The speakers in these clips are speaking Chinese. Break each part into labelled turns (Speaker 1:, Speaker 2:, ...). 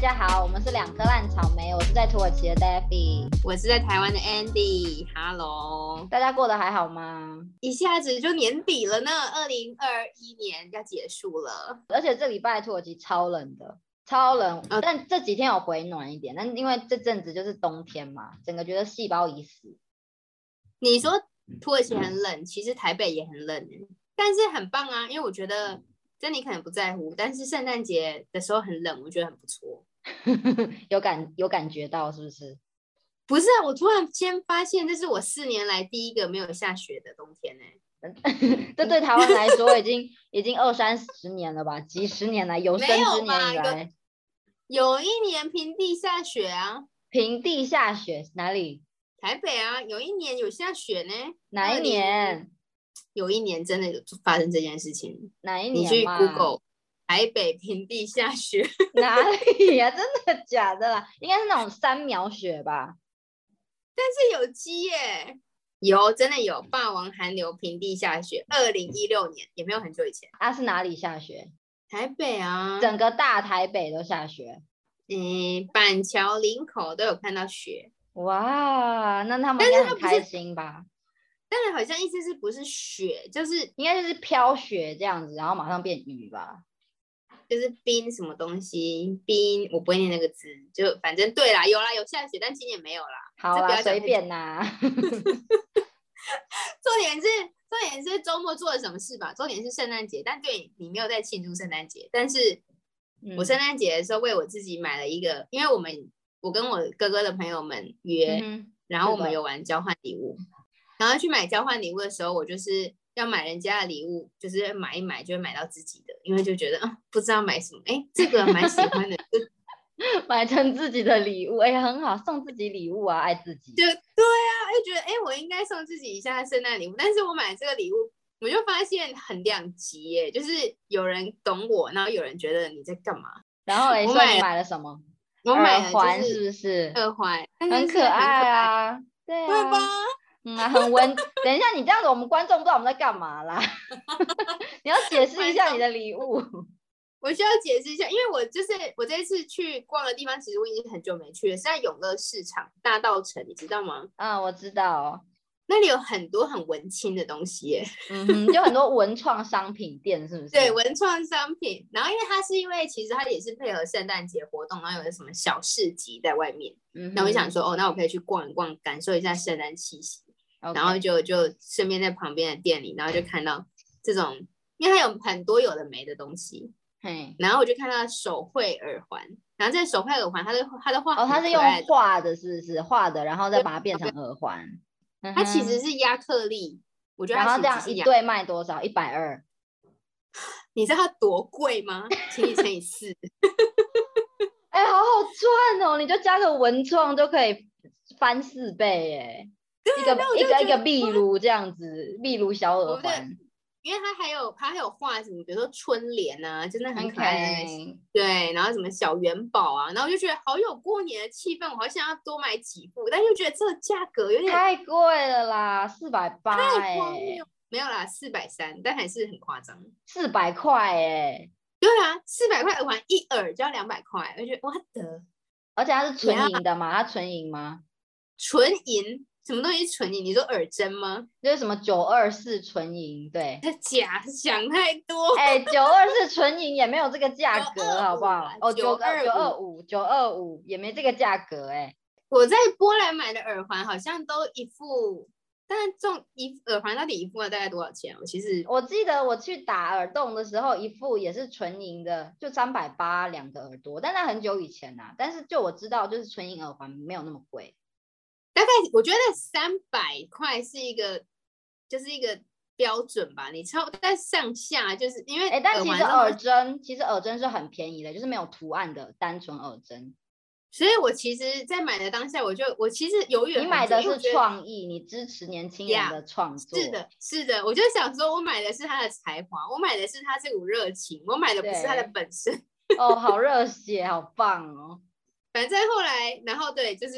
Speaker 1: 家好，我们是两颗烂草莓，我是在土耳其的 Daffy，
Speaker 2: 我是在台湾的 Andy，Hello，
Speaker 1: 大家过得还好吗？
Speaker 2: 一下子就年底了呢，二零二一年要结束了，
Speaker 1: 而且这礼拜土耳其超冷的，超冷，
Speaker 2: 呃
Speaker 1: 但这几天有回暖一点，但因为这阵子就是冬天嘛，整个觉得细胞已死。
Speaker 2: 你说土耳其很冷，其实台北也很冷，但是很棒啊，因为我觉得珍妮可能不在乎，但是圣诞节的时候很冷，我觉得很不错。
Speaker 1: 有感有感觉到是不是？
Speaker 2: 不是啊，我突然间发现，这是我四年来第一个没有下雪的冬天呢、
Speaker 1: 这对台湾来说已 经已经二三十年了吧，几十年来有生
Speaker 2: 没有
Speaker 1: 之年
Speaker 2: 吧
Speaker 1: 以
Speaker 2: 有
Speaker 1: 来，
Speaker 2: 有一年平地下雪啊，
Speaker 1: 平地下雪哪里
Speaker 2: 台北啊，有一年有下雪呢，
Speaker 1: 哪一
Speaker 2: 20
Speaker 1: 年
Speaker 2: 有一年真的有发生这件事情。
Speaker 1: 哪一
Speaker 2: 你
Speaker 1: 年
Speaker 2: 去
Speaker 1: 嘛
Speaker 2: Google 台北平地下雪，
Speaker 1: 哪里呀、真的假的啦？应该是那种三秒雪吧？
Speaker 2: 但是有鸡耶、有真的有霸王寒流平地下雪，二零一六年也没有很久以前，
Speaker 1: 啊，是哪里下雪？
Speaker 2: 台北啊，
Speaker 1: 整个大台北都下雪。
Speaker 2: 嗯，板桥林口都有看到雪。
Speaker 1: 哇，那他们
Speaker 2: 但
Speaker 1: 应该
Speaker 2: 是它
Speaker 1: 很
Speaker 2: 不是
Speaker 1: 开心吧？
Speaker 2: 但是好像意思是不是雪，就是
Speaker 1: 应该就是飘雪这样子，然后马上变雨吧？
Speaker 2: 就是冰什么东西冰，我不会念那个字，就反正对啦，有啦有下雪，但今年没有啦。
Speaker 1: 好
Speaker 2: 这不
Speaker 1: 啦，
Speaker 2: 要讲
Speaker 1: 随
Speaker 2: 太
Speaker 1: 便啦。
Speaker 2: 重点是重点是周末做了什么事吧？重点是圣诞节，但对你没有在庆祝圣诞节。但是我
Speaker 1: 嗯
Speaker 2: 圣诞节的时候为我自己买了一个，因为我们我跟我哥哥的朋友们约，
Speaker 1: 嗯哼
Speaker 2: 然后我们
Speaker 1: 是的
Speaker 2: 有玩交换礼物，然后去买交换礼物的时候，我就是要买人家的礼物，就是买一买就会买到自己的，因为就觉得啊不知道买什么，哎，这个蛮喜 欢的，就
Speaker 1: 买成自己的礼物，哎、很好，送自己礼物啊，爱自 己。
Speaker 2: 就对啊，哎，觉得哎，我应该送自己一下圣诞礼物，但是我买这个礼物，我就发现很两极耶，就是有人懂我，然后有人觉得你在干嘛。
Speaker 1: 然后嘞，说
Speaker 2: 我
Speaker 1: 你
Speaker 2: 买了
Speaker 1: 买了什么？
Speaker 2: 我买
Speaker 1: 耳环
Speaker 2: 了就是呃
Speaker 1: 不是？
Speaker 2: 耳环，但是
Speaker 1: 很
Speaker 2: 是
Speaker 1: 可爱，啊，对
Speaker 2: 对
Speaker 1: 啊
Speaker 2: 吧？？
Speaker 1: 嗯啊，很温。 等一下，你这样子，我们观众不知道我们在干嘛 啦。你要解释一下你的礼物。
Speaker 2: 我需要解释一下，因为我就是我这次去逛的地方，其实我已经很久没去了，是在永乐市场大道城，你知道吗？
Speaker 1: 嗯，我知道。
Speaker 2: 那里有很多很文青的东西耶，
Speaker 1: 嗯哼，就很 多文创商品店，是不是？
Speaker 2: 对，文创商品。然后因为它是因为其实它也是配合圣诞节活动，然后有什么小市集在外面。
Speaker 1: 嗯哼，
Speaker 2: 那我就想说，哦，那我可以去逛一逛，感受一下圣诞气息。
Speaker 1: OK，
Speaker 2: 然后就就顺便在旁边的店里，然后就看到这种，因为它有很多有的没的东西。
Speaker 1: 嘿，
Speaker 2: 然后我就看到手绘耳环，然后这手绘耳环，它的它的画
Speaker 1: 哦，它
Speaker 2: 很
Speaker 1: 是
Speaker 2: 可
Speaker 1: 用
Speaker 2: 爱的
Speaker 1: 画的，是不是？画的，然后再
Speaker 2: 对
Speaker 1: 把它变成耳环。嗯
Speaker 2: 它其
Speaker 1: 哼
Speaker 2: 实，是亚克力，我觉得
Speaker 1: 然后
Speaker 2: 它
Speaker 1: 这
Speaker 2: 其实
Speaker 1: 样
Speaker 2: 是
Speaker 1: 一
Speaker 2: 亚，
Speaker 1: 对卖多少？一百二。
Speaker 2: 你知道它多贵吗？请你乘以四，
Speaker 1: 哎、好好赚哦！你就加个文创就可以翻四倍哎，一个
Speaker 2: 啊那我
Speaker 1: 一
Speaker 2: 就
Speaker 1: 个一
Speaker 2: 觉
Speaker 1: 个
Speaker 2: 得
Speaker 1: 壁炉这样子，壁炉小
Speaker 2: 我
Speaker 1: 耳
Speaker 2: 们的
Speaker 1: 环，
Speaker 2: 因为它还有它还有画什么，比如说春联啊，真的很可爱的那些，
Speaker 1: OK，
Speaker 2: 对，然后什么小元宝啊，然后我就觉得好有过年的气氛，我好想要多买几副，但又觉得这个价格有点
Speaker 1: 太贵了啦，四百八哎，
Speaker 2: 荒谬。没有啦，四百三，但还是很夸张。
Speaker 1: 四百块哎，
Speaker 2: 对啊，四百块耳环一耳就要两百块，我就觉得哇的
Speaker 1: 而且它是
Speaker 2: 你要
Speaker 1: 纯银的嘛，它纯银吗？
Speaker 2: 纯银，什么东西是纯银？你说耳针吗？
Speaker 1: 就是什么九二四纯银，对，
Speaker 2: 他假想太多，
Speaker 1: 哎、九二四纯银也没有这个价格，
Speaker 2: 925
Speaker 1: 好不好
Speaker 2: 啦？
Speaker 1: 哦，九二九二
Speaker 2: 925
Speaker 1: 五九二五也没这个价格哎、
Speaker 2: 我在波兰买的耳环好像都一副，但这种一耳环到底一副要大概多少钱？我其实
Speaker 1: 我记得我去打耳洞的时候，一副也是纯银的，就三百八两个耳朵，但那很久以前啦、但是就我知道，就是纯银耳环没有那么贵。
Speaker 2: 大概我觉得三百块是一个，就是一个标准吧。你超但上下就是因为
Speaker 1: 哎、但其
Speaker 2: 环
Speaker 1: 实
Speaker 2: 上面
Speaker 1: 耳针，其实耳针是很便宜的，就是没有图案的单纯耳针。
Speaker 2: 所以我其实，在买的当下，我就我其实犹豫了
Speaker 1: 你
Speaker 2: 很
Speaker 1: 买
Speaker 2: 久
Speaker 1: 的
Speaker 2: 因为我
Speaker 1: 是
Speaker 2: 觉得
Speaker 1: 创意，你支持年轻人
Speaker 2: Yeah，
Speaker 1: 的创作。
Speaker 2: 是的，是的，我就想说，我买的是他的才华，我买的是他这股热情，我买的不是他的
Speaker 1: 对
Speaker 2: 本身。
Speaker 1: 哦，好热血，好棒哦！
Speaker 2: 反正后来，然后对，就是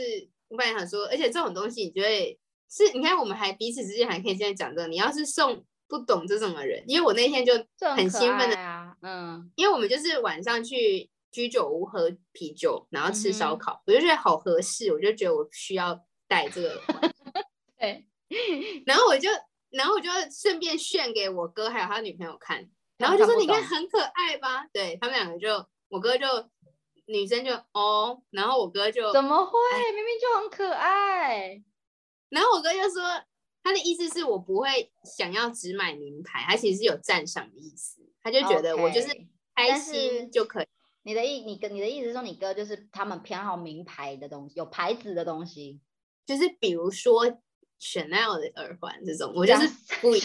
Speaker 2: 我本来想说，而且这种东西，你就会是，你看我们还彼此之间还可以这样讲的。你要是送不 懂这种的人，因为我那天就，
Speaker 1: 这
Speaker 2: 很
Speaker 1: 可
Speaker 2: 兴奋的
Speaker 1: 爱啊，嗯，
Speaker 2: 因为我们就是晚上去居酒屋喝啤酒，然后吃烧
Speaker 1: 嗯哼
Speaker 2: 烤，我就觉得好合适，我就觉得我需要带 这个环
Speaker 1: 对，
Speaker 2: 然后我就，然后我就顺便炫给我哥还有他女朋友看，然
Speaker 1: 他们
Speaker 2: 后就
Speaker 1: 看
Speaker 2: 说
Speaker 1: 不
Speaker 2: 你看
Speaker 1: 懂
Speaker 2: 很可爱吧？对他们两个就，我哥就女生就哦，然后我哥就，
Speaker 1: 怎么会？
Speaker 2: 哎
Speaker 1: 明明就很可爱。
Speaker 2: 然后我哥就说他的意思是我不会想要只买名牌，他其实是有赞赏的意思，他就觉得我就是
Speaker 1: OK
Speaker 2: 开
Speaker 1: 但是
Speaker 2: 心就可以。
Speaker 1: 你的意，你跟你的意思是说，你哥就是他们偏好名牌的东西，有牌子的东西。
Speaker 2: 就是比如说 Chanel 的耳环这种，我就是 故意，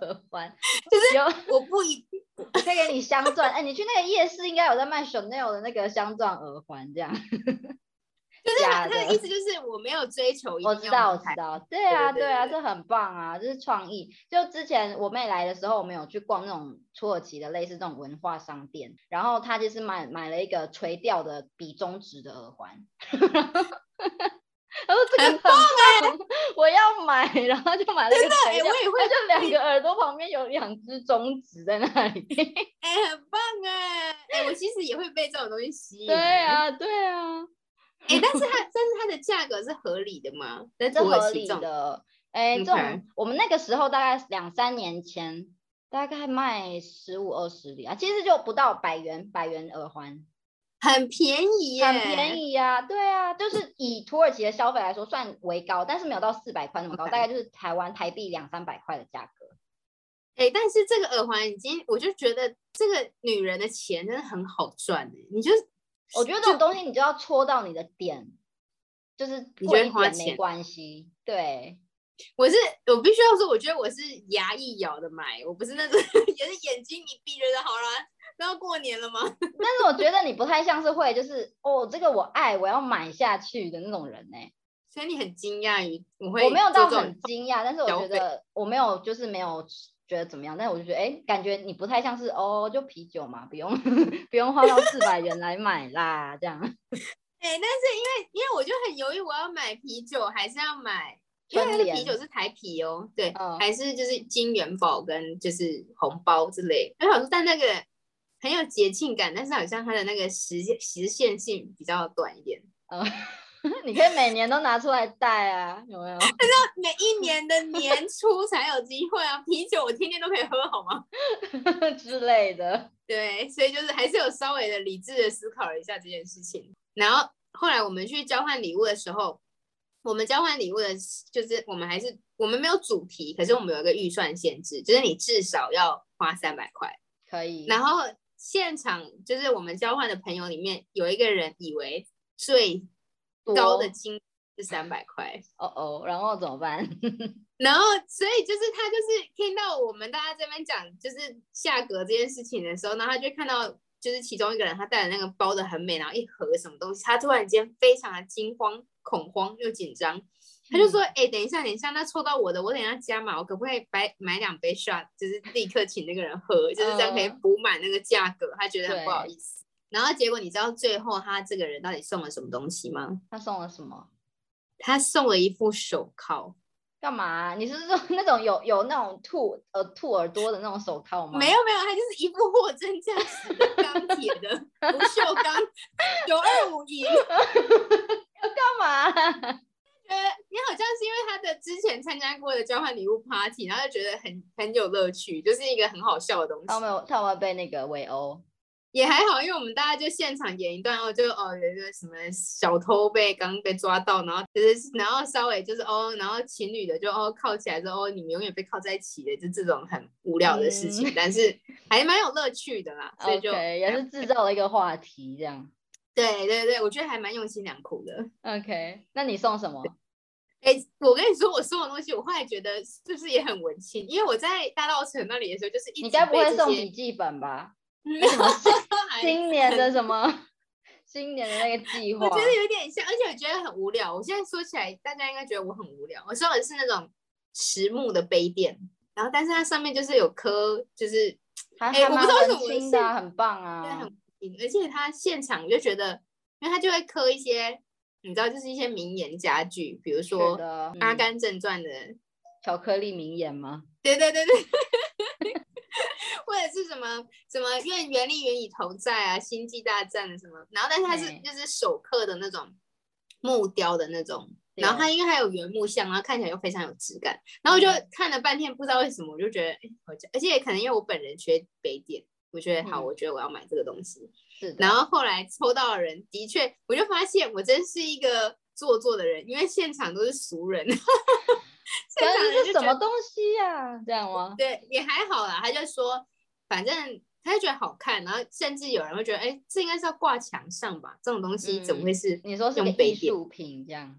Speaker 1: 耳 环，就是有
Speaker 2: 我不一
Speaker 1: 我可以给你镶钻。哎、你去那个夜市应该有在卖 Chanel 的那个镶钻耳环，这样。
Speaker 2: 就是
Speaker 1: 假
Speaker 2: 他他的意
Speaker 1: 的，
Speaker 2: 思就是我没有追求一定
Speaker 1: 我
Speaker 2: 要
Speaker 1: 知道，我
Speaker 2: 名
Speaker 1: 知
Speaker 2: 牌
Speaker 1: 道，对啊，
Speaker 2: 对对
Speaker 1: 对啊，
Speaker 2: 对
Speaker 1: 这很棒啊，这是创意。就之前我妹来的时候，我们有去逛那种土耳其的类似这种文化商店，然后她就是买买了一个垂掉的比中指的耳环， 然后这个很棒，
Speaker 2: 欸
Speaker 1: 我要买，然后她就买了一个
Speaker 2: 哎、
Speaker 1: 垂掉
Speaker 2: 我。也会
Speaker 1: 它就两个耳朵旁边有两只中指在那里。
Speaker 2: 哎、很棒哎、哎、我其实也会被这种东西吸引。
Speaker 1: 对，啊，对啊，
Speaker 2: 哎、但是它但是它的价格是合理的吗？在
Speaker 1: 这
Speaker 2: 土耳
Speaker 1: 合
Speaker 2: 其
Speaker 1: 理
Speaker 2: 这种，
Speaker 1: 的。哎，这种
Speaker 2: OK
Speaker 1: 我们那个时候大概两三年前，大概卖十五二十里啊，其实就不到百元，百元耳环
Speaker 2: 很便宜耶、
Speaker 1: 很便
Speaker 2: 宜。
Speaker 1: 宜呀、啊，对啊，就是以土耳其的消费来说算为高，但是没有到四百块那么高
Speaker 2: OK
Speaker 1: 大概就是台湾台币两三百块的价格。
Speaker 2: 哎、但是这个耳环已经，我就觉得这个女人的钱真的很好赚哎、你就
Speaker 1: 我觉得这种东西你就要戳到你的点，就是
Speaker 2: 你
Speaker 1: 贵
Speaker 2: 就会
Speaker 1: 一
Speaker 2: 花
Speaker 1: 点没
Speaker 2: 钱
Speaker 1: 关系，对。
Speaker 2: 我是我必须要说，我觉得我是牙一咬的买，我不是那种 也是眼睛一闭觉得好啦，都要过年了吗？
Speaker 1: 但是我觉得你不太像是会就是哦，这个我爱，我要买下去的那种人呢、
Speaker 2: 所以你很惊讶于我会
Speaker 1: 我没有到
Speaker 2: 做这种
Speaker 1: 很惊讶，但是我
Speaker 2: 消
Speaker 1: 觉
Speaker 2: 费
Speaker 1: 得我没有就是没有觉得怎么样，但是我就觉得哎、诶感觉你不太像是哦，就啤酒嘛，不用 不用花到四百元来买啦，这样。
Speaker 2: 哎、但是因为因为我就很犹豫，我要买啤酒还是要买，因为
Speaker 1: 春
Speaker 2: 它的啤
Speaker 1: 联
Speaker 2: 酒是台啤 哦，对，
Speaker 1: 嗯
Speaker 2: 还是就是金元宝跟就是红包之类。我想说，但那个很有节庆感，但是好像它的那个时间时限性比较短一点。
Speaker 1: 嗯， 你可以每年都拿出来带啊，有没有？
Speaker 2: 每一年 的年初才有机会啊，啤酒我天天都可以喝，好吗？
Speaker 1: 之类的。
Speaker 2: 对，所以就是还是有稍微的理智的思考了一下这件事情。然后后来我们去交换礼物的时候，我们交换礼物的，就是我们还是我们没有主题，可是我们有一个预算限制，就是你至少要花三百块。
Speaker 1: 可以，
Speaker 2: 然后现场就是我们交换的朋友里面有一个人以为最高
Speaker 1: 多
Speaker 2: 的金是三百块，
Speaker 1: 哦哦，然后怎么办？
Speaker 2: 然后，所以就是他就是听到我们大家这边讲就是价格这件事情的时候，然后他就看到就是其中一个人他带的那个包的很美，然后一盒什么东西，他突然间非常的惊慌、恐慌又紧张，他就说：“
Speaker 1: 嗯
Speaker 2: 哎、等一下，等一下，那抽到我的，我等一下加码，我可不可以买买两杯 shot，就是立刻请那个人喝，就是这样可以
Speaker 1: 嗯
Speaker 2: 补满那个价格。”他觉得很不好
Speaker 1: 对
Speaker 2: 意思。然后结果你知道最后他这个人到底送了什么东西吗？
Speaker 1: 他送了什么？
Speaker 2: 他送了一副手铐。
Speaker 1: 干嘛啊、你是说那种有有那种兔呃兔耳朵的那种手铐吗？
Speaker 2: 没有没有，它就是一副货真价实的钢铁 的不锈钢九二五一。
Speaker 1: 干嘛 啊、
Speaker 2: 呃，你好像是因为他的之前参加过的交换礼物 party，然后就觉得很很有乐趣，就是一个很好笑的东
Speaker 1: 他
Speaker 2: 西。
Speaker 1: 们有他们被那个围殴，
Speaker 2: 也还好，因为我们大家就现场演一段，然后就哦有一个什么小偷被刚被抓到，然后就是然后稍微就是哦，然后情侣的就哦靠起来之后，哦你们永远被靠在一起的，就这种很无聊的事情，
Speaker 1: 嗯
Speaker 2: 但是还蛮有乐趣的啦，所以就
Speaker 1: OK，也是制造了一个话题这样。
Speaker 2: 对对对，我觉得还蛮用心良苦的。
Speaker 1: OK，那你送什么？
Speaker 2: 哎、我跟你说，我送的东西，我后来觉得是不是也很文青？因为我在大稻城那里的时候，就是一
Speaker 1: 你
Speaker 2: 直
Speaker 1: 该不
Speaker 2: 被
Speaker 1: 会
Speaker 2: 这
Speaker 1: 送
Speaker 2: 些
Speaker 1: 笔记本吧？
Speaker 2: 没啊
Speaker 1: 为什么新
Speaker 2: 有，
Speaker 1: 今年的什么？新年的那个计划
Speaker 2: 我觉得有点像，而且我觉得很无聊。我现在说起来，大家应该觉得我很无聊。我送的是那种实木的杯垫，然后但是它上面就是有刻，就是
Speaker 1: 还
Speaker 2: 哎
Speaker 1: 还
Speaker 2: 我不
Speaker 1: 蛮
Speaker 2: 知道为什
Speaker 1: 文
Speaker 2: 么我
Speaker 1: 青
Speaker 2: 是
Speaker 1: 的啊，很棒
Speaker 2: 对，
Speaker 1: 啊
Speaker 2: 很。而且它现场我就觉得，因为它就会刻一些，你知道，就是一些名言佳句，比如
Speaker 1: 觉
Speaker 2: 说《
Speaker 1: 得
Speaker 2: 阿
Speaker 1: 嗯
Speaker 2: 甘正传》的
Speaker 1: 巧克力名言吗？
Speaker 2: 对对对对，我为的是什么什么愿原力与你同在啊，星际大战的什么，然后但是它是
Speaker 1: 对
Speaker 2: 就是手刻的那种木雕的那种，
Speaker 1: 对
Speaker 2: 然后它应该还有原木像，然后看起来又非常有质感，然后我就
Speaker 1: 嗯
Speaker 2: 看了半天，不知道为什么我就觉得，哎我这而且也可能因为我本人缺北点，我觉得好，
Speaker 1: 嗯
Speaker 2: 我觉得我要买这个东西，
Speaker 1: 是的，
Speaker 2: 然后后来抽到的人的确，我就发现我真是一个做作的人，因为现场都是熟 人， 现
Speaker 1: 可是啊这
Speaker 2: 场人就
Speaker 1: 什
Speaker 2: 是觉得
Speaker 1: 么东西呀、这样吗？
Speaker 2: 对，也还好啦。他就说，反正他就觉得好看，然后甚至有人会觉得，哎，这应该是要挂墙上吧？这种东西怎么
Speaker 1: 嗯
Speaker 2: 会是？
Speaker 1: 你说是
Speaker 2: 用
Speaker 1: 个
Speaker 2: 杯
Speaker 1: 艺
Speaker 2: 垫
Speaker 1: 术品这样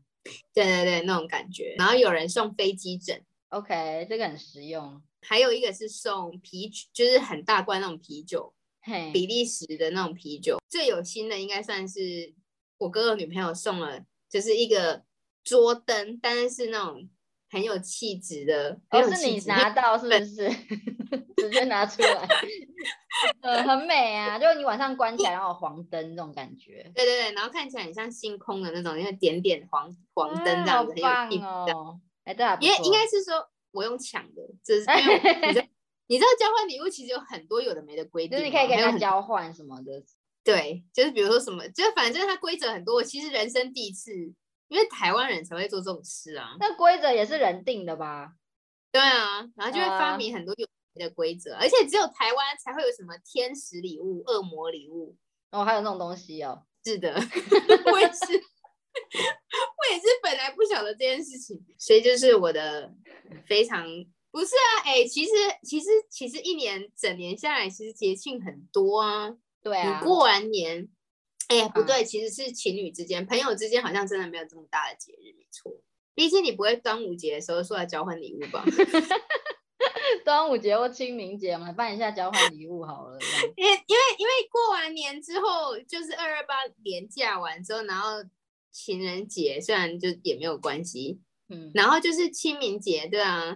Speaker 2: 对对对，那种感觉。然后有人送飞机枕，
Speaker 1: ？OK，这个很实用。
Speaker 2: 还有一个是送啤酒，就是很大罐那种啤酒，
Speaker 1: 嘿，
Speaker 2: 比利时的那种啤酒。最有心的应该算是我哥哥女朋友送了，就是一个桌灯，但是是那种很有气质的，很
Speaker 1: 哦，
Speaker 2: 有
Speaker 1: 是
Speaker 2: 气
Speaker 1: 你
Speaker 2: 质。
Speaker 1: 拿到是不是？ 直接拿出来，呃，很美啊！就是你晚上关起来，然后有黄灯这种感觉，
Speaker 2: 对对对，然后看起来很像星空的那种，因为点点黄黄灯这
Speaker 1: 啊
Speaker 2: 样
Speaker 1: 好
Speaker 2: 子，很有
Speaker 1: 棒
Speaker 2: 意思。
Speaker 1: 哦！哎，这还不
Speaker 2: 因为应
Speaker 1: 错
Speaker 2: 该是说我用抢的，只是因为我你 知道你知道交换礼物其实有很多有的没的规定
Speaker 1: 就
Speaker 2: 嘛，
Speaker 1: 是你可以跟
Speaker 2: 还
Speaker 1: 人
Speaker 2: 有
Speaker 1: 家
Speaker 2: 很
Speaker 1: 交换什么的，
Speaker 2: 对，就是比如说什么，就反正它规则很多。我其实人生第一次，因为台湾人才会做这种事啊，
Speaker 1: 那规则也是人定的吧？
Speaker 2: 对啊，然后就会发
Speaker 1: 啊
Speaker 2: 明很多有的没的规则，而且只有台湾才会有什么天使礼物、恶魔礼物，
Speaker 1: 哦，还有那种东西哦，
Speaker 2: 是的，我也是， 我也是本来不晓得这件事情，所以就是我的非常不是啊，哎、其实其实其实一年整年下来，其实节庆很多啊，
Speaker 1: 对啊
Speaker 2: 你，过完年，哎、呀，不
Speaker 1: 嗯
Speaker 2: 对，其实是情侣之间、朋友之间好像真的没有这么大的节日，没错。毕竟你不会端午节的时候说要交换礼物吧？
Speaker 1: 端午节或清明节，我们来办一下交换礼物好了。这样
Speaker 2: 因为因为因为过完年之后就是二二八连假完之后，然后情人节虽然就也没有关系，
Speaker 1: 嗯
Speaker 2: 然后就是清明节，对啊，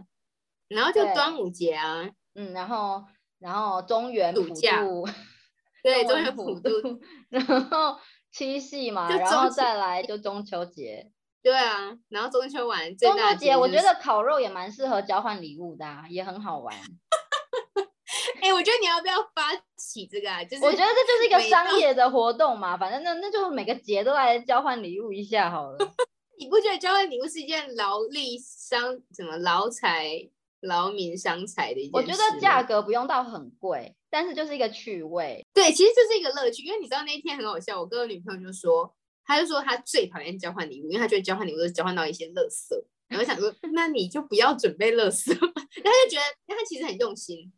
Speaker 2: 然后就
Speaker 1: 对
Speaker 2: 端午节啊，
Speaker 1: 嗯，然后然后中原
Speaker 2: 暑
Speaker 1: 普
Speaker 2: 假
Speaker 1: 渡，
Speaker 2: 对，中
Speaker 1: 中
Speaker 2: 原
Speaker 1: 原
Speaker 2: 普
Speaker 1: 普
Speaker 2: 渡，
Speaker 1: 渡，然后七夕嘛，
Speaker 2: 就
Speaker 1: 然
Speaker 2: 中
Speaker 1: 后
Speaker 2: 秋
Speaker 1: 再来就中秋节。
Speaker 2: 对啊，然后中秋晚最
Speaker 1: 中
Speaker 2: 大
Speaker 1: 秋
Speaker 2: 的
Speaker 1: 节我
Speaker 2: 就
Speaker 1: 觉
Speaker 2: 是
Speaker 1: 得，烤肉也蛮适合交换礼物的、啊，也很好玩。
Speaker 2: 哎、我觉得你要不要发起这个啊？就是
Speaker 1: 我觉得这就是一个
Speaker 2: 每
Speaker 1: 商
Speaker 2: 到
Speaker 1: 业的活动嘛，反正那那就每个节都来交换礼物一下好了。
Speaker 2: 你不觉得交换礼物是一件劳力伤什么劳财劳民伤财的一件
Speaker 1: 我
Speaker 2: 事
Speaker 1: 觉
Speaker 2: 吗？
Speaker 1: 得价格不用到很贵，但是就是一个趣味。
Speaker 2: 对，其实就是一个乐趣，因为你知道那一天很好笑，我跟我女朋友就说，她就说她最讨厌交换礼物，因为她觉得交换礼物都是交换到一些垃圾。然后我想说， 那你就不要准备垃圾， 然后就觉得因为她其实很用心，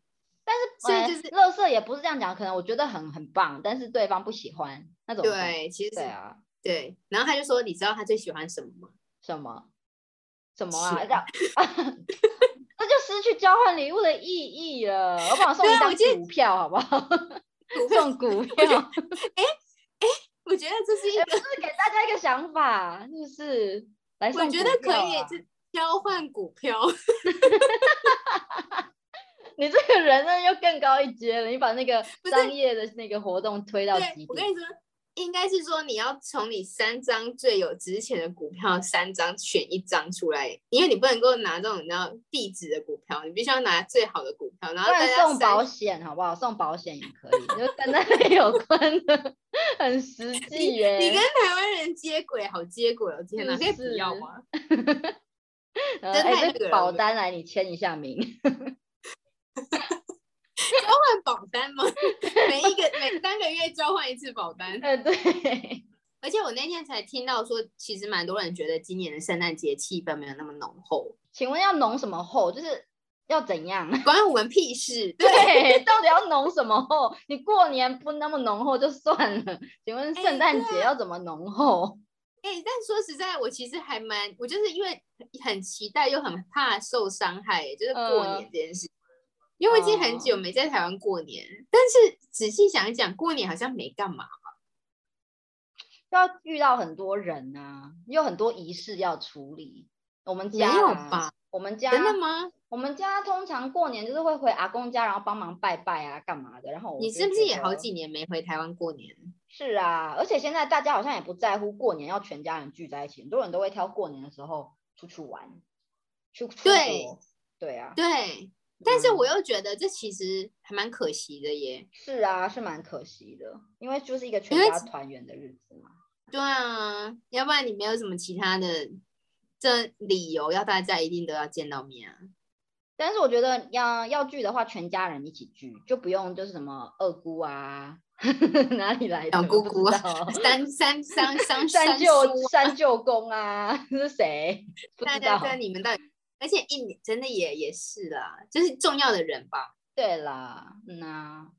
Speaker 2: 但
Speaker 1: 呃
Speaker 2: 是所以就是
Speaker 1: 乐色也不是这样讲，可能我觉得很很棒，但是对方不喜欢那种。
Speaker 2: 对，其实是
Speaker 1: 对啊，
Speaker 2: 对。然后她就说，你知道她最喜欢什么吗？
Speaker 1: 什么什么啊？
Speaker 2: 钱
Speaker 1: 这样 那就失去交换礼物的意义了。我把我送
Speaker 2: 对
Speaker 1: 你
Speaker 2: 啊
Speaker 1: 一
Speaker 2: 我
Speaker 1: 张
Speaker 2: 记得
Speaker 1: 股票好不好？
Speaker 2: 股票，
Speaker 1: 送股票。
Speaker 2: 我觉得这 是一
Speaker 1: 哎
Speaker 2: 个，
Speaker 1: 就是给大家一个想法，是不是？来送
Speaker 2: 我觉
Speaker 1: 股
Speaker 2: 得可
Speaker 1: 票
Speaker 2: 以
Speaker 1: 啊
Speaker 2: 就交换股票。
Speaker 1: 你这个人呢又更高一阶了，你把那个
Speaker 2: 不是
Speaker 1: 商业的那个活动推到
Speaker 2: 对
Speaker 1: 极，
Speaker 2: 我跟
Speaker 1: 点。
Speaker 2: 你说，应该是说你要从你三张最有值钱的股票三张选一张出来，因为你不能够拿这种你知道地址的股票，你必须要拿最好的股票，然
Speaker 1: 不
Speaker 2: 后大
Speaker 1: 然
Speaker 2: 家
Speaker 1: 送保
Speaker 2: 三
Speaker 1: 险好不好？送保险也可以，就跟那个有关的，很实际耶。呃
Speaker 2: 你跟台湾人接轨，好接轨哦！天哪，
Speaker 1: 是
Speaker 2: 可以不要
Speaker 1: 是
Speaker 2: 吗？
Speaker 1: 呃
Speaker 2: 真太
Speaker 1: 哎，
Speaker 2: 那个
Speaker 1: 这
Speaker 2: 人
Speaker 1: 保
Speaker 2: 了
Speaker 1: 单来你签一下名，
Speaker 2: 换保单吗？ 每一个每三个月交换一次保单，
Speaker 1: 呃，对，
Speaker 2: 而且我那天才听到说，其实蛮多人觉得今年的圣诞节气氛没有那么浓厚，
Speaker 1: 请问要浓什么厚？就是要怎样？
Speaker 2: 关我们屁事。对，
Speaker 1: 对，到底要浓什么厚？你过年不那么浓厚就算了，请问
Speaker 2: 哎
Speaker 1: 圣诞节要怎么浓厚？
Speaker 2: 哎、但说实在，我其实还蛮，我就是因为很期待又很怕受伤害，就是过
Speaker 1: 嗯
Speaker 2: 年这件事。因为我已经很久没在台湾过年，但是仔细想一想，过年好像没干嘛。
Speaker 1: 就要遇到很多人啊，有很多仪式要处理。我们家
Speaker 2: 没有
Speaker 1: 啦
Speaker 2: 吧？
Speaker 1: 我们家
Speaker 2: 真的吗？
Speaker 1: 我们家通常过年就是会回阿公家，然后帮忙拜拜啊，干嘛的。然后我
Speaker 2: 你
Speaker 1: 就是
Speaker 2: 不
Speaker 1: 觉
Speaker 2: 是也好
Speaker 1: 得
Speaker 2: 几年没回台湾过年？
Speaker 1: 是啊？而且现在大家好像也不在乎过年要全家人聚在一起，很多人都会挑过年的时候出去玩，去出
Speaker 2: 对
Speaker 1: 国。对啊，
Speaker 2: 对，但是我又觉得这其实还蛮可惜的耶。
Speaker 1: 是啊，是蛮可惜的，因为就是一个全
Speaker 2: 因为
Speaker 1: 家团圆的日子嘛。
Speaker 2: 对啊，要不然你没有什么其他的这理由要大家一定都要见到 面啊。
Speaker 1: 但是我觉得要要聚的话，全家人一起聚，就不用就是什么二姑啊， 哪里来的
Speaker 2: 小姑
Speaker 1: 我不
Speaker 2: 姑
Speaker 1: 知道
Speaker 2: 三三三三
Speaker 1: 三
Speaker 2: 叔
Speaker 1: 舅三舅公啊， 是谁？不
Speaker 2: 大
Speaker 1: 知
Speaker 2: 家
Speaker 1: 道。
Speaker 2: 在你们到底，而且一年真的也也是啦，就是重要的人吧。
Speaker 1: 对啦，嗯啊，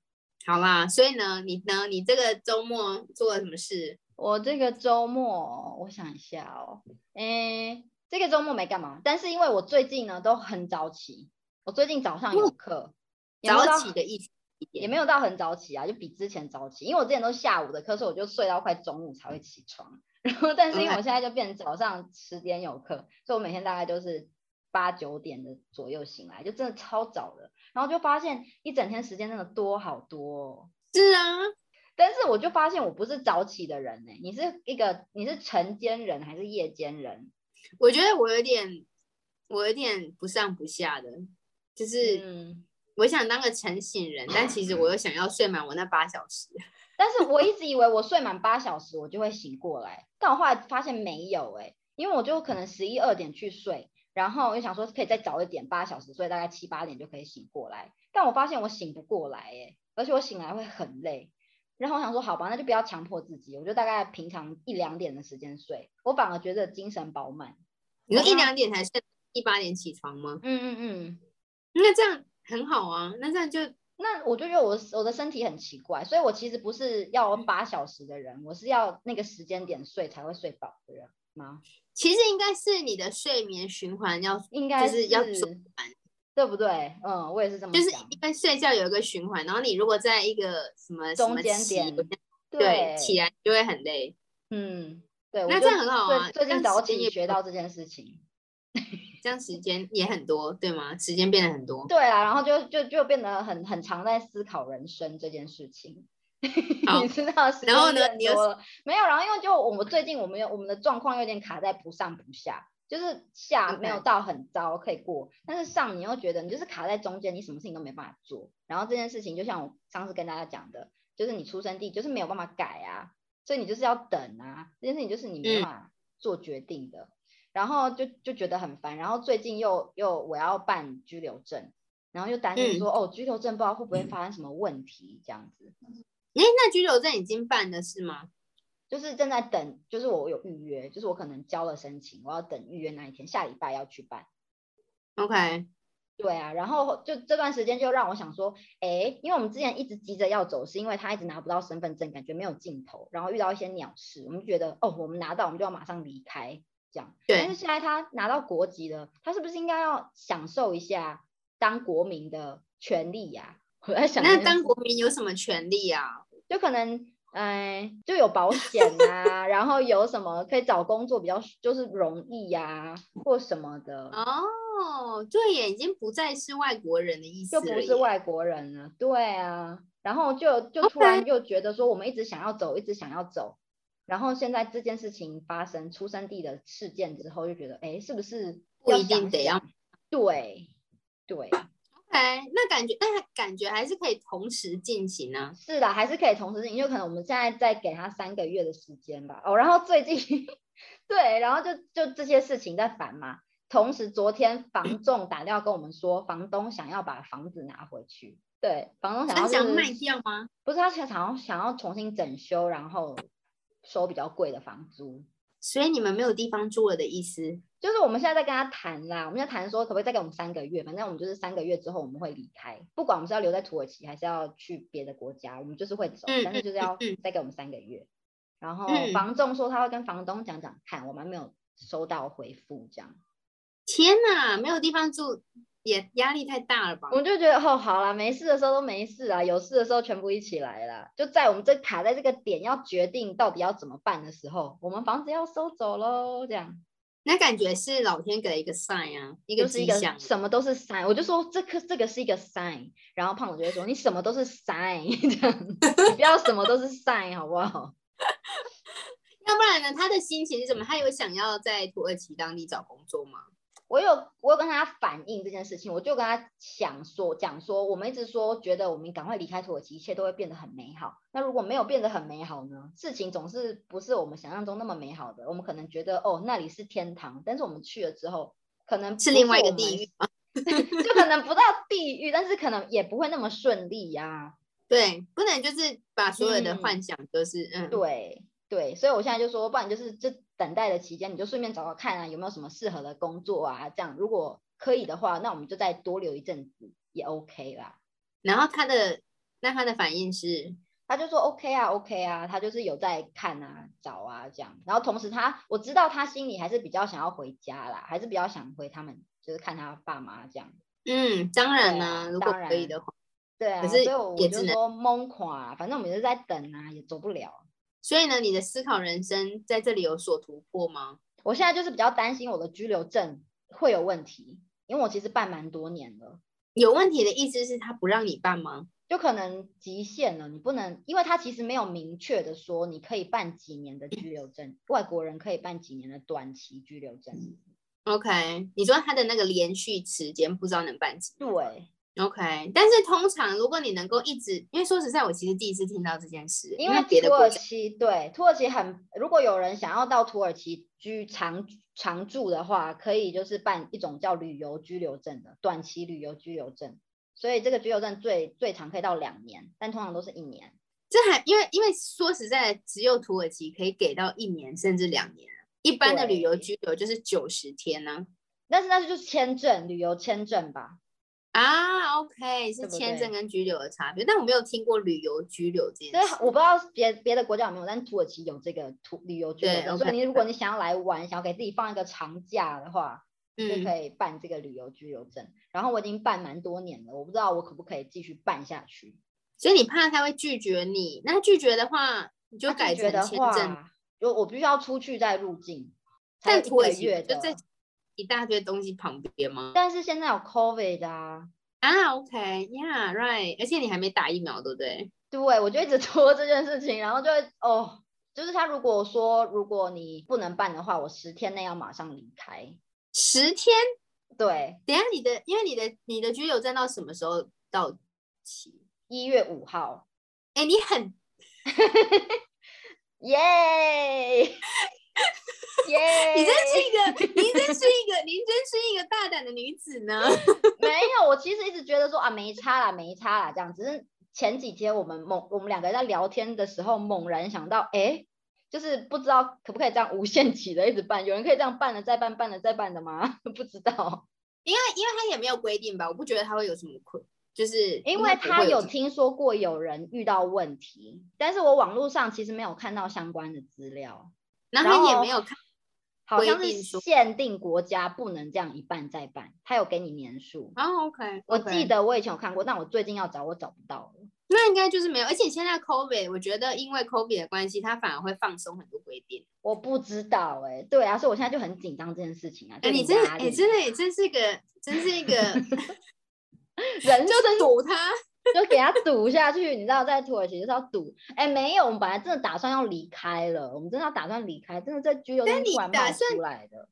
Speaker 2: 好啦，所以呢，你呢，你这个周末做了什么事？
Speaker 1: 我这个周末我想一下哦，诶，这个周末没干嘛，但是因为我最近呢都很早起，我最近早上有课，也没有
Speaker 2: 哦早
Speaker 1: 到
Speaker 2: 起的意思一点
Speaker 1: 也没有到很早起啊，就比之前早起，因为我之前都是下午的课，所以我就睡到快中午才会起床。 然后，但是因为我
Speaker 2: OK
Speaker 1: 现在就变成早上十点有课，所以我每天大概都是八九点的左右醒来，就真的超早的。然后就发现一整天时间真的多好多、哦，
Speaker 2: 是啊，
Speaker 1: 但是我就发现我不是早起的人呢、欸你是一个你是晨间人还是夜间人？
Speaker 2: 我觉得我有点，我有点不上不下的，就是
Speaker 1: 嗯，
Speaker 2: 我想当个晨醒人，但其实我又想要睡满我那八小时。
Speaker 1: 但是我一直以为我睡满八小时我就会醒过来，但我后来发现没有哎、因为我就可能十一二点去睡，然后又想说可以再早一点八小时，所以大概七八点就可以醒过来，但我发现我醒不过来哎、而且我醒来会很累。然后我想说，好吧，那就不要强迫自己，我就大概平常一两点的时间睡，我反而觉得精神饱满。
Speaker 2: 你说
Speaker 1: 好
Speaker 2: 一
Speaker 1: 像
Speaker 2: 两点才睡，一八点起床吗？
Speaker 1: 嗯嗯嗯，
Speaker 2: 那这样很好啊，那这样就
Speaker 1: 那我就觉得我我的身体很奇怪，所以我其实不是要八小时的人，我是要那个时间点睡才会睡饱的人吗？
Speaker 2: 其实应该是你的睡眠循环要，
Speaker 1: 应该
Speaker 2: 就是要做完
Speaker 1: 对不对？嗯，我也是这么
Speaker 2: 就是
Speaker 1: 想。
Speaker 2: 因为睡觉有一个循环，然后你如果在一个什么
Speaker 1: 中间
Speaker 2: 什
Speaker 1: 点
Speaker 2: 么期
Speaker 1: 对
Speaker 2: 对，起来就会很累。
Speaker 1: 嗯，对，我就
Speaker 2: 那这样很好啊
Speaker 1: 最最近
Speaker 2: 这样
Speaker 1: 早
Speaker 2: 时间
Speaker 1: 起
Speaker 2: 也
Speaker 1: 学到这件事情。
Speaker 2: 这样时间也很多，对吗？时间变得很多。
Speaker 1: 对啊，然后就就就变得很很常在思考人生这件事情。
Speaker 2: 好
Speaker 1: 你知道，时
Speaker 2: 然后
Speaker 1: 间
Speaker 2: 呢
Speaker 1: 变
Speaker 2: 你又
Speaker 1: 多了没有？然后因为就我们最近我们有我们的状况有点卡在不上不下，就是下
Speaker 2: OK
Speaker 1: 没有到很糟可以过，但是上你又觉得你就是卡在中间，你什么事情都没办法做。然后这件事情就像我上次跟大家讲的，就是你出生地就是没有办法改啊，所以你就是要等啊，这件事情就是你没
Speaker 2: 嗯
Speaker 1: 办法做决定的。然后就就觉得很烦，然后最近又又我要办居留证，然后又担心
Speaker 2: 嗯
Speaker 1: 说、哦，居留证不知道会不会发生什么问题，这样子，
Speaker 2: 哎，那居留证已经办了是吗？
Speaker 1: 就是正在等，就是我有预约，就是我可能交了申请，我要等预约那一天，下礼拜要去办。
Speaker 2: OK，
Speaker 1: 对啊，然后就这段时间就让我想说，哎，因为我们之前一直急着要走，是因为他一直拿不到身份证，感觉没有尽头，然后遇到一些鸟事，我们就觉得哦，我们拿到我们就要马上离开这样。但是
Speaker 2: 对，
Speaker 1: 现在他拿到国籍了，他是不是应该要享受一下当国民的权利呀、我在想这件
Speaker 2: 那
Speaker 1: 事，
Speaker 2: 当国民有什么权利啊？
Speaker 1: 就可能，哎、就有保险啊，然后有什么可以找工作比较就是容易呀、或什么的，
Speaker 2: 哦，对耶，已经不再是外国人的意思
Speaker 1: 就
Speaker 2: 了
Speaker 1: 不是
Speaker 2: 耶
Speaker 1: 外国人了。对啊，然后就就突然又觉得说，我们一直想要走，一直想要走。然后现在这件事情发生，出生地的事件之后，就觉得，哎，是不是
Speaker 2: 不
Speaker 1: 要
Speaker 2: 一定
Speaker 1: 想
Speaker 2: 得要
Speaker 1: 想？对，对，
Speaker 2: OK，那感觉，但感觉还是可以同时进行啊。
Speaker 1: 是的，还是可以同时进行，就可能我们现在再给他三个月的时间吧。哦，然后最近 对，然后就就这些事情在烦嘛。同时，昨天房仲打电话跟我们说，房东想要把房子拿回去。对，房东想要、
Speaker 2: 他
Speaker 1: 就是、
Speaker 2: 想卖掉吗？
Speaker 1: 不是他想要想要重新整修，然后收比较贵的房租。
Speaker 2: 所以你们没有地方住了的意思。
Speaker 1: 就是我们现在在跟他谈啦，我们在谈说可不可以再给我们三个月，反正我们就是三个月之后我们会离开，不管我们是要留在土耳其还是要去别的国家，我们就是会走，
Speaker 2: 嗯
Speaker 1: 但是就是要
Speaker 2: 嗯嗯
Speaker 1: 再给我们三个月。然后
Speaker 2: 嗯
Speaker 1: 房仲说他会跟房东讲讲看，我们还没有收到回复，这样
Speaker 2: 天哪，没有地方住也压力太大了吧？
Speaker 1: 我们就觉得哦，好啦，没事的时候都没事啦，有事的时候全部一起来啦。就在我们这卡在这个点要决定到底要怎么办的时候，我们房子要收走喽，这样。
Speaker 2: 那感觉是老天给了一个 sign 啊，一个
Speaker 1: 就是一
Speaker 2: 吉
Speaker 1: 个
Speaker 2: 祥。
Speaker 1: 什么都是 sign，我就说这个这个是一个 sign，然后胖子就会说你什么都是 sign，这 样 你不要什么都是 sign 好不好？
Speaker 2: 要不然呢？他的心情是什么？他有想要在土耳其当地找工作吗？
Speaker 1: 我有我有跟他反映这件事情，我就跟他想说讲说，我们一直说觉得我们赶快离开土耳其，一切都会变得很美好。那如果没有变得很美好呢？事情总是不是我们想象中那么美好的。我们可能觉得哦那里是天堂，但是我们去了之后，可能
Speaker 2: 是
Speaker 1: 不
Speaker 2: 另外一个
Speaker 1: 我们
Speaker 2: 地狱，吗？
Speaker 1: 就可能不到地狱，但是可能也不会那么顺利呀、
Speaker 2: 对，不能就是把所有的
Speaker 1: 嗯
Speaker 2: 幻想都是嗯，
Speaker 1: 对对，所以我现在就说，不然就是这等待的期间，你就顺便找找看啊，有没有什么适合的工作啊？这样如果可以的话，那我们就再多留一阵子也 OK 啦。
Speaker 2: 然后他的那他的反应是，
Speaker 1: 他就说 OK 啊，OK 啊，他就是有在看啊、找啊这样。然后同时他，我知道他心里还是比较想要回家啦，还是比较想回他们，就是看他爸妈这样。
Speaker 2: 嗯，当然
Speaker 1: 对
Speaker 2: 呢、
Speaker 1: 啊
Speaker 2: 如果
Speaker 1: 当然
Speaker 2: 可以的话，
Speaker 1: 对啊，
Speaker 2: 可
Speaker 1: 所
Speaker 2: 是
Speaker 1: 以我
Speaker 2: 也
Speaker 1: 就
Speaker 2: 只能
Speaker 1: 说懵垮、反正我们就是在等啊，也走不了。
Speaker 2: 所以呢，你的思考人生在这里有所突破吗？
Speaker 1: 我现在就是比较担心我的居留证会有问题，因为我其实办蛮多年了，
Speaker 2: 有问题的意思是他不让你办吗？
Speaker 1: 就可能极限了，你不能，因为他其实没有明确的说你可以办几年的居留证，外国人可以办几年的短期居留
Speaker 2: 嗯
Speaker 1: 证。
Speaker 2: OK，你说他的那个连续时间不知道能办几
Speaker 1: 对，
Speaker 2: OK，但是通常如果你能够一直，因为说实在，我其实第一次听到这件事，
Speaker 1: 因
Speaker 2: 因
Speaker 1: 为
Speaker 2: 别的
Speaker 1: 土
Speaker 2: 国
Speaker 1: 耳
Speaker 2: 家，
Speaker 1: 其对土耳其很，如果有人想要到土耳其居常常住的话，可以就是办一种叫旅游居留证的短期旅游居留证，所以这个居留证最最长可以到两年，但通常都是一年。
Speaker 2: 这还因为因为说实在，只有土耳其可以给到一年甚至两年，一般的旅游
Speaker 1: 对
Speaker 2: 居留就是九十天呢、
Speaker 1: 但是那就是签证，旅游签证吧？
Speaker 2: 啊。OK，是
Speaker 1: 对不
Speaker 2: 签证
Speaker 1: 对
Speaker 2: 跟居留的差别，但我没有听过旅游居留这
Speaker 1: 所
Speaker 2: 件
Speaker 1: 以
Speaker 2: 事。
Speaker 1: 我不知道别别的国家有没有，但土耳其有这个土旅游居留
Speaker 2: 对
Speaker 1: 证，所以
Speaker 2: OK
Speaker 1: 你如果你想要来玩，想要给自己放一个长假的话，就
Speaker 2: 嗯，
Speaker 1: 可以办这个旅游居留证。然后我已经办蛮多年了，我不知道我可不可以继续办下去。
Speaker 2: 所以你怕他会拒绝你，那拒绝的话，你就
Speaker 1: 他
Speaker 2: 改
Speaker 1: 拒
Speaker 2: 成
Speaker 1: 绝的
Speaker 2: 签证。
Speaker 1: 话，就我必须要出去再入境，才有
Speaker 2: 但
Speaker 1: 一
Speaker 2: 土耳
Speaker 1: 个
Speaker 2: 其
Speaker 1: 月
Speaker 2: 就
Speaker 1: 的。
Speaker 2: 在一大堆东西旁边吗？
Speaker 1: 但是现在有 COVID 啊，
Speaker 2: 啊，OK，Yeah，Right，而且你还没打疫苗，对不对？
Speaker 1: 对，我就一直 拖这件事情，然后就会哦，就是他如果说如果你不能办的话，我十天内要马上离开。
Speaker 2: 十天，
Speaker 1: 对，
Speaker 2: 等一下你的，因为你的你的居留证到什么时候到期？
Speaker 1: 一月五号，
Speaker 2: 哎、你很
Speaker 1: 耶 耶！
Speaker 2: 你真是一个，你真是一个，你真是一个大胆的女子呢。
Speaker 1: 没有，我其实一直觉得说啊，没差啦，没差啦，这样。只是前几天我们猛，我们两个在聊天的时候，猛然想到，哎，就是不知道可不可以这样无限期的一直办，有人可以这样办的再办，办的再办的吗？ 不知道，
Speaker 2: 因为因为他也没有规定吧，我不觉得他会有什么困，就是
Speaker 1: 因
Speaker 2: 应
Speaker 1: 为
Speaker 2: 该不
Speaker 1: 他
Speaker 2: 会有
Speaker 1: 有
Speaker 2: 什么
Speaker 1: 听说过有人遇到问题，但是我网络上其实没有看到相关的资料，
Speaker 2: 然后
Speaker 1: 然
Speaker 2: 也
Speaker 1: 后
Speaker 2: 没有看，
Speaker 1: 好像
Speaker 2: 规
Speaker 1: 是
Speaker 2: 定说
Speaker 1: 限定国家不能这样一办再办，他有给你年数。
Speaker 2: 哦，OK，
Speaker 1: 我
Speaker 2: OK
Speaker 1: 记得我以前有看过，但我最近要找我找不到了。
Speaker 2: 那应该就是没有，而且现在 COVID，我觉得因为 COVID 的关系，它反而会放松很多规定。
Speaker 1: 我不知道哎、对啊，所以我现在就很紧张这件事情啊。
Speaker 2: 哎、
Speaker 1: 就
Speaker 2: 你
Speaker 1: 有
Speaker 2: 真的，
Speaker 1: 压
Speaker 2: 哎、
Speaker 1: 力
Speaker 2: 真的，真是个，真是 一个，
Speaker 1: 人
Speaker 2: 就堵他。
Speaker 1: 就给他赌下去，你知道，在土耳其就是要赌。哎、没有，我们本来真的打算要离开了，我们真的要打算离开，真的在居留
Speaker 2: 但
Speaker 1: 证
Speaker 2: 你
Speaker 1: 突然
Speaker 2: 打
Speaker 1: 冒
Speaker 2: 算
Speaker 1: 出来的。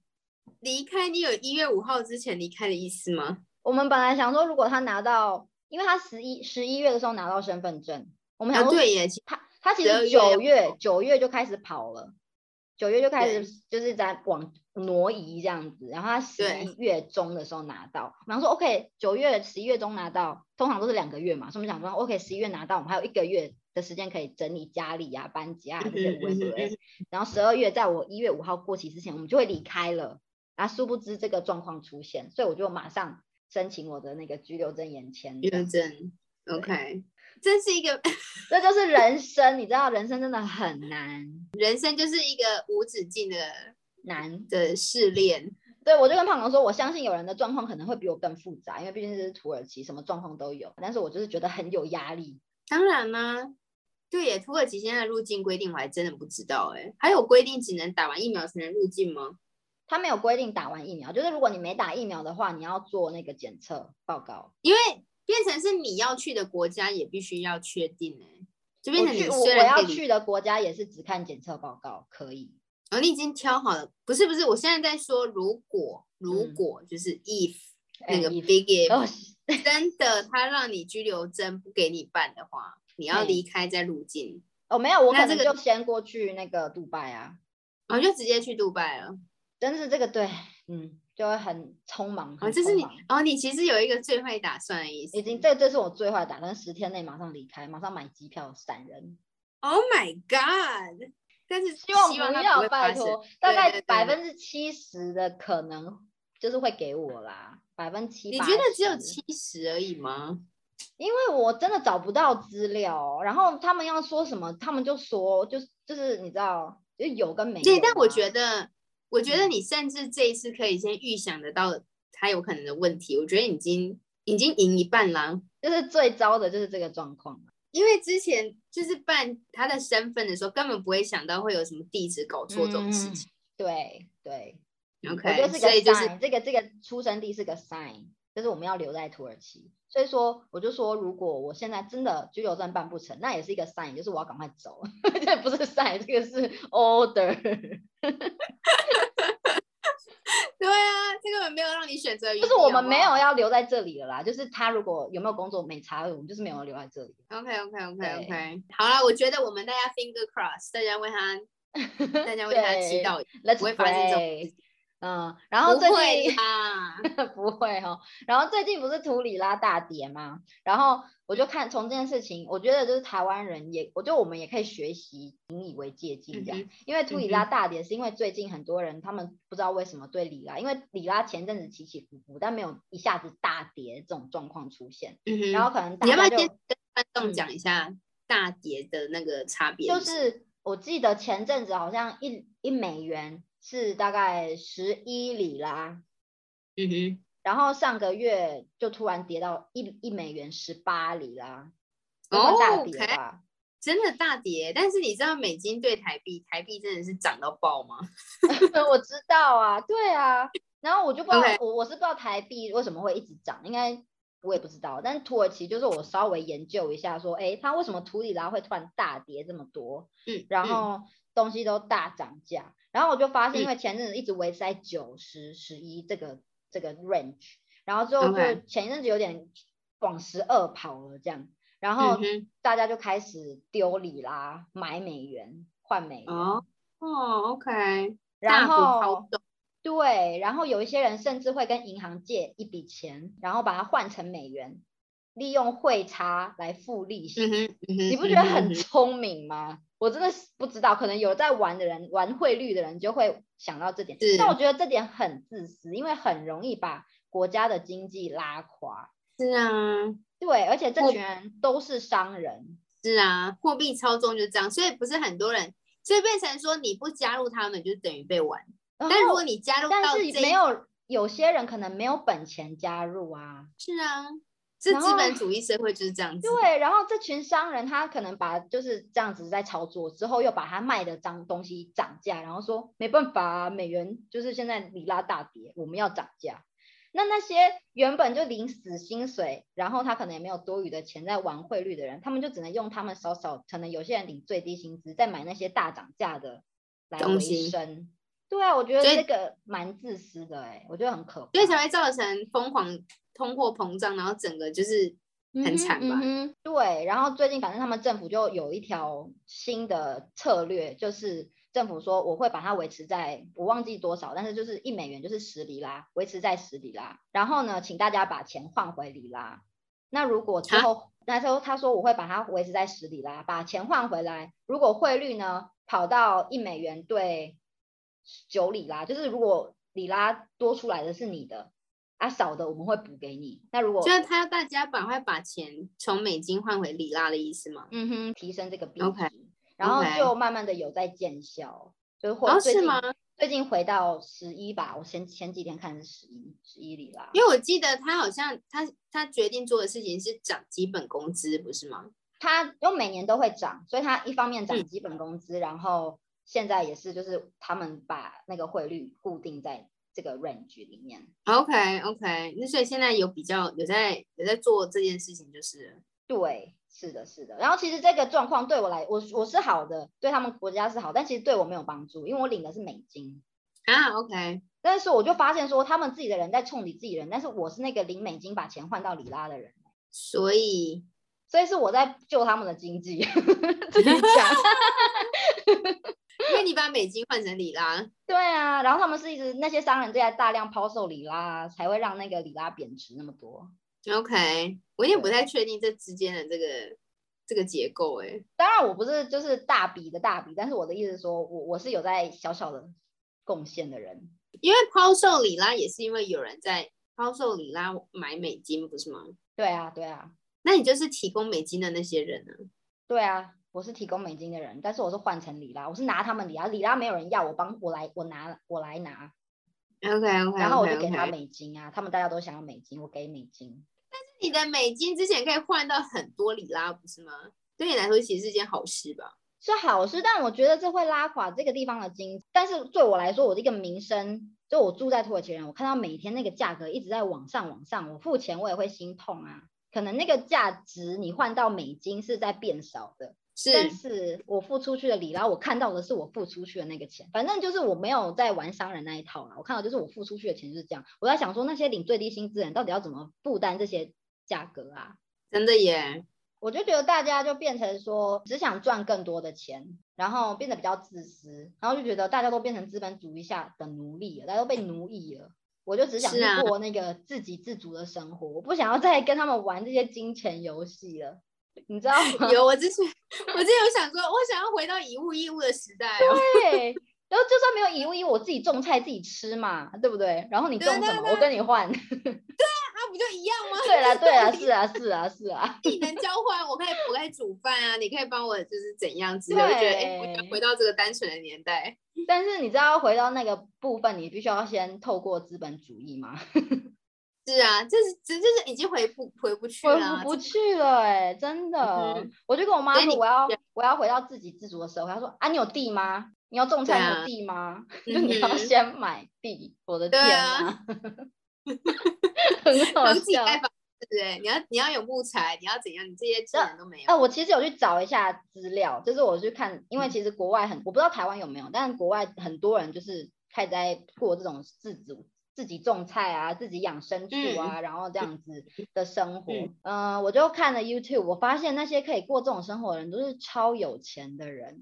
Speaker 2: 离开，你有一月五号之前离开的意思吗？
Speaker 1: 我们本来想说，如果他拿到，因为他十一十一月的时候拿到身份证，我们
Speaker 2: 啊，
Speaker 1: 想说
Speaker 2: 对耶，其
Speaker 1: 他他其实
Speaker 2: 12月要
Speaker 1: 九月九月就开始跑了，九月就开
Speaker 2: 对
Speaker 1: 始就是在往挪移这样子，然后他十
Speaker 2: 对
Speaker 1: 一月中的时候拿到，然后说 OK，九月十一月中拿到，通常都是两个月嘛，所以我们想说 OK，十一月拿到，我们还有一个月的时间可以整理家里啊、搬家啊这些
Speaker 2: 嗯
Speaker 1: 无微不
Speaker 2: 嗯嗯
Speaker 1: 微，然后十二月在我一月五号过期之前，我们就会离开了，然后殊不知这个状况出现，所以我就马上申请我的那个居留证延签这
Speaker 2: 约
Speaker 1: 样，
Speaker 2: 证，OK，真是一个
Speaker 1: 这就是人生，你知道人生真的很难。
Speaker 2: 人生就是一个无止境的
Speaker 1: 难。
Speaker 2: 的试炼。
Speaker 1: 对我就跟胖龙说，我相信有人的状况可能会比我更复杂，因为毕竟这是土耳其，什么状况都有。但是我就是觉得很有压力。
Speaker 2: 当然啦、对耶，土耳其现在的入境规定我还真的不知道哎，还有规定只能打完疫苗才能入境吗？
Speaker 1: 他没有规定打完疫苗，就是如果你没打疫苗的话，你要做那个检测报告。
Speaker 2: 因为变成是你要去的国家也必须要确定哎，就变
Speaker 1: 我
Speaker 2: 成你
Speaker 1: 去我
Speaker 2: 虽
Speaker 1: 我
Speaker 2: 然可
Speaker 1: 要
Speaker 2: 以离
Speaker 1: 去的国家也是只看检测报告，可以。
Speaker 2: 哦，你已经挑好了，不是不是，我现在在说，如果如果就是 if、
Speaker 1: 嗯哎
Speaker 2: 那个
Speaker 1: if
Speaker 2: big if、
Speaker 1: 哦，
Speaker 2: 真的他让你拘留证不给你办的话，你要
Speaker 1: 嗯
Speaker 2: 离开再入境，
Speaker 1: 哦，没有，我
Speaker 2: 那
Speaker 1: 可能
Speaker 2: 这个
Speaker 1: 就先过去那个杜拜啊，
Speaker 2: 然哦后就直接去杜拜了。哦
Speaker 1: 真是这个对，嗯，就会很匆忙。
Speaker 2: 哦，
Speaker 1: 很
Speaker 2: 这是
Speaker 1: 匆
Speaker 2: 你
Speaker 1: 忙
Speaker 2: 哦，你其实有一个最坏打算的意思。
Speaker 1: 已经，这这是我最坏的打算，十天内马上离开，马上买机票闪人。
Speaker 2: Oh my God！但是
Speaker 1: 希望
Speaker 2: 希望
Speaker 1: 不
Speaker 2: 它
Speaker 1: 要，
Speaker 2: 会
Speaker 1: 拜
Speaker 2: 发生。
Speaker 1: 托，大
Speaker 2: 对
Speaker 1: 概
Speaker 2: 对对
Speaker 1: 百分之七十的可能就是会给我啦，百分之七。
Speaker 2: 你觉得只有七十而已吗？
Speaker 1: 因为我真的找不到资料，然后他们要说什么，他们就说，就是就是你知道，就有跟没有嘛。啊
Speaker 2: 对，但我觉得，我觉得
Speaker 1: 嗯
Speaker 2: 你甚至这一次可以先预想得到他有可能的问题，我觉得已经已经赢一半啦。
Speaker 1: 就是最糟的就是这个状况。
Speaker 2: 因为之前就是办他的身份的时候，根本不会想到会有什么地址搞错这种事情。
Speaker 1: 对对，嗯我觉
Speaker 2: OK，
Speaker 1: 得是个
Speaker 2: 所以就是
Speaker 1: sign，这个这个出生地是个 sign，就是我们要留在土耳其。所以说，我就说，如果我现在真的居留证办不成，那也是一个 sign，就是我要赶快走。 这不是 sign，这个是 order，
Speaker 2: 对啊，这个没有让你选择余
Speaker 1: 就
Speaker 2: 地，
Speaker 1: 是我们
Speaker 2: 好不
Speaker 1: 没
Speaker 2: 好
Speaker 1: 有要留在这里了啦。就是他如果有没有工作没差，我们就是没有留在这里。
Speaker 2: OK OK OK
Speaker 1: 对
Speaker 2: OK，好了，我觉得我们大家 finger cross，大家 为他，大家为他祈
Speaker 1: 对
Speaker 2: 祷一下，
Speaker 1: Let's
Speaker 2: 不会发生这种事
Speaker 1: pray。嗯，然后
Speaker 2: 不
Speaker 1: 最
Speaker 2: 会
Speaker 1: 近
Speaker 2: 啦。
Speaker 1: 不会哦。然后最近不是图里拉大跌吗？然后我
Speaker 2: 嗯
Speaker 1: 就看从这件事情，我觉得就是台湾人也，我觉得我们也可以学习引以为借鉴这样。
Speaker 2: 嗯
Speaker 1: 因为图里拉大跌是因为最近很多人他们不知道为什么对里拉，因为里拉前阵子起起伏伏，但没有一下子大跌这种状况出现。
Speaker 2: 嗯哼，
Speaker 1: 然后可能大
Speaker 2: 你要不
Speaker 1: 家就
Speaker 2: 要先跟观
Speaker 1: 嗯
Speaker 2: 众讲一下大碟的那个差别？
Speaker 1: 就是我记得前阵子好像一一美元是大概十一里拉，
Speaker 2: 嗯哼，
Speaker 1: 然后上个月就突然跌到一一美元十八里啦，那
Speaker 2: 哦
Speaker 1: 算大跌
Speaker 2: OK
Speaker 1: 吧。
Speaker 2: 真的大碟。但是你知道美金对台币，台币真的是涨到爆吗？
Speaker 1: 我知道啊，对啊。然后我就不知道
Speaker 2: OK
Speaker 1: 我我是不知道台币为什么会一直涨，应该我也不知道。但土耳其就是我稍微研究一下说，诶哎，它为什么土里拉会突然大跌这么多？
Speaker 2: 嗯，
Speaker 1: 然
Speaker 2: 嗯
Speaker 1: 后东西都大涨价。然后我就发现，因
Speaker 2: 嗯
Speaker 1: 为前阵子一直维持在九十、十一这个这个 range，然后之后就
Speaker 2: OK
Speaker 1: 前一阵子有点往十二跑了这样，然
Speaker 2: 嗯
Speaker 1: 后
Speaker 2: 哼，
Speaker 1: 大家就开始丢里啦，买美元换美元，
Speaker 2: 哦哦，OK，
Speaker 1: 然
Speaker 2: 大幅抛
Speaker 1: 后
Speaker 2: 售
Speaker 1: 对，然后有一些人甚至会跟银行借一笔钱，然后把它换成美元，利用汇差来付利息。
Speaker 2: 嗯哼，嗯哼，
Speaker 1: 你不觉
Speaker 2: 嗯
Speaker 1: 得
Speaker 2: 哼
Speaker 1: 很
Speaker 2: 嗯哼
Speaker 1: 聪明吗？我真的是不知道，可能有在玩的人，玩汇率的人就会想到这点
Speaker 2: 是。
Speaker 1: 但我觉得这点很自私，因为很容易把国家的经济拉垮。
Speaker 2: 是啊？
Speaker 1: 对，而且这
Speaker 2: 我
Speaker 1: 群人都是商人。
Speaker 2: 是啊，货币操纵就这样，所以不是很多人，所以变成说你不加入他们，就等于被玩。
Speaker 1: 然
Speaker 2: 但如
Speaker 1: 后
Speaker 2: 果你加入
Speaker 1: 但
Speaker 2: 到这
Speaker 1: 是
Speaker 2: 一
Speaker 1: 没有有些人可能没有本钱加入啊。
Speaker 2: 是啊，这
Speaker 1: 然
Speaker 2: 资本
Speaker 1: 后
Speaker 2: 主义社会就是这样子。
Speaker 1: 对，然后这群商人他可能把就是这样子在操作，之后又把他卖的涨东西涨价，然后说没办法、啊，美元就是现在里拉大跌，我们要涨价。那那些原本就领死薪水，然后他可能也没有多余的钱在玩汇率的人，他们就只能用他们少少，可能有些人领最低薪资，再买那些大涨价的来
Speaker 2: 东
Speaker 1: 维
Speaker 2: 西
Speaker 1: 生。对啊，我觉得
Speaker 2: 所以
Speaker 1: 这个蛮自私的哎、我觉得很可怕，
Speaker 2: 所以才会造成疯狂通货膨胀，然后整个就是
Speaker 1: 嗯
Speaker 2: 很
Speaker 1: 哼
Speaker 2: 惨吧
Speaker 1: 嗯哼对，然后最近反正他们政府就有一条新的策略，就是政府说我会把它维持在我忘记多少，但是就是一美元就是十里拉，维持在十里拉。然后呢，请大家把钱换回里拉。那如果之
Speaker 2: 啊
Speaker 1: 后，那时候他说我会把它维持在十里拉，把钱换回来。如果汇率呢跑到一美元兑九里拉，就是如果里拉多出来的是你的，啊少的我们会补给你。那如果
Speaker 2: 就是他要大家赶快把钱从美金换回里拉的意思嘛。
Speaker 1: 嗯哼，提升这个币值
Speaker 2: OK，
Speaker 1: 然后
Speaker 2: OK
Speaker 1: 就慢慢的有在见效，就是或
Speaker 2: 哦，
Speaker 1: 最
Speaker 2: 是
Speaker 1: 近、
Speaker 2: 吗？
Speaker 1: 最近回到十一吧，我前前几天看是十一十一里啦，
Speaker 2: 因为我记得他好像他他决定做的事情是涨基本工资，不是吗？
Speaker 1: 它因为每年都会涨，所以它一方面涨
Speaker 2: 嗯
Speaker 1: 基本工资，然后现在也是就是他们把那个汇率固定在这个 range 里面，
Speaker 2: OK OK，那所以现在有比较有在有在做这件事情，就是了
Speaker 1: 对，是的，是的。然后其实这个状况对我来，我我是好的，对他们国家是好，但其实对我没有帮助，因为我领的是美金。
Speaker 2: 啊 OK，
Speaker 1: 但是我就发现说，他们自己的人在冲你自己人，但是我是那个零美金把钱换到里拉的人，
Speaker 2: 所以
Speaker 1: 所以是我在救他们的经济。 自己讲，
Speaker 2: 因为你把美金换成里拉，
Speaker 1: 对啊，然后他们是一直那些商人在大量抛售里拉，才会让那个里拉贬值那么多。
Speaker 2: OK，我也不太确定这之间的这个这个结构、欸，哎，
Speaker 1: 当然我不是就是大笔的大笔，但是我的意思是说我我是有在小小的贡献的人。
Speaker 2: 因为抛售里拉也是因为有人在抛售里拉买美金，不是吗？
Speaker 1: 对啊，对啊，
Speaker 2: 那你就是提供美金的那些人呢、
Speaker 1: 对啊，我是提供美金的人，但是我是换成里拉，我是拿他们里拉，里拉没有人要，我帮我来我拿我来拿，
Speaker 2: OK OK，
Speaker 1: 然后我就给他美金啊，他们大家都想要美金，我给美金。
Speaker 2: 你的美金之前可以换到很多里拉，不是吗？对你来说其实是件好事吧？
Speaker 1: 是好事，但我觉得这会拉垮这个地方的经济。但是对我来说，我的一个民生，就我住在土耳其人，我看到每天那个价格一直在往上往上，我付钱我也会心痛啊。可能那个价值你换到美金是在变少的，
Speaker 2: 是
Speaker 1: 但是我付出去的里拉，我看到的是我付出去的那个钱，反正就是我没有在玩商人那一套啦。我看到就是我付出去的钱就是这样。我在想说，那些领最低薪资的人到底要怎么负担这些价格啊？
Speaker 2: 真的耶。
Speaker 1: 我就觉得大家就变成说只想赚更多的钱，然后变得比较自私，然后就觉得大家都变成资本主义下的奴隶了，大家都被奴役了。我就只想
Speaker 2: 是啊
Speaker 1: 去过那个自给自足的生活，我不想要再跟他们玩这些金钱游戏了，你知道吗？
Speaker 2: 有，我之前我之前有想说，我想要回到以物易物的时代、哦。
Speaker 1: 对，然后就算没有以物易物，我自己种菜自己吃嘛，对不对？然后你
Speaker 2: 对
Speaker 1: 种
Speaker 2: 对
Speaker 1: 什么，我跟你换。
Speaker 2: 那啊不就一样吗？
Speaker 1: 对啦，对啦，是啊，是啊，是啊。
Speaker 2: 你能交换，我可以我可以煮饭啊，你可以帮我就是怎样之类的。我觉得哎、我想
Speaker 1: 对
Speaker 2: 回到这个单纯的年代。
Speaker 1: 但是你知道回到那个部分，你必须要先透过资本主义吗？
Speaker 2: 是啊，这是这就是已经回不回不去
Speaker 1: 我
Speaker 2: 了
Speaker 1: 我
Speaker 2: 啊、
Speaker 1: 不去了哎、真的，
Speaker 2: 嗯
Speaker 1: 我就跟我妈
Speaker 2: 所以
Speaker 1: 说
Speaker 2: 你
Speaker 1: 我要
Speaker 2: 对
Speaker 1: 我要回到自给自足的时候，她说啊你有地吗？你要种菜
Speaker 2: 对
Speaker 1: 你
Speaker 2: 啊
Speaker 1: 有地吗？
Speaker 2: 嗯
Speaker 1: 就你要
Speaker 2: 哼
Speaker 1: 先买地，我的
Speaker 2: 对
Speaker 1: 天
Speaker 2: 啊
Speaker 1: 啊，很好
Speaker 2: 自己
Speaker 1: 笑。
Speaker 2: 开房子哎，你要你要有木材，你要怎样，你这些技能都没有。
Speaker 1: 哎、我其实有去找一下资料，就是我去看，
Speaker 2: 嗯
Speaker 1: 因为其实国外很，我不知道台湾有没有，但国外很多人就是开始在过这种自主、自己种菜啊、自己养牲畜啊，然后这样子的生活。
Speaker 2: 嗯
Speaker 1: 嗯、我就看了 YouTube，我发现那些可以过这种生活的人都是超有钱的人，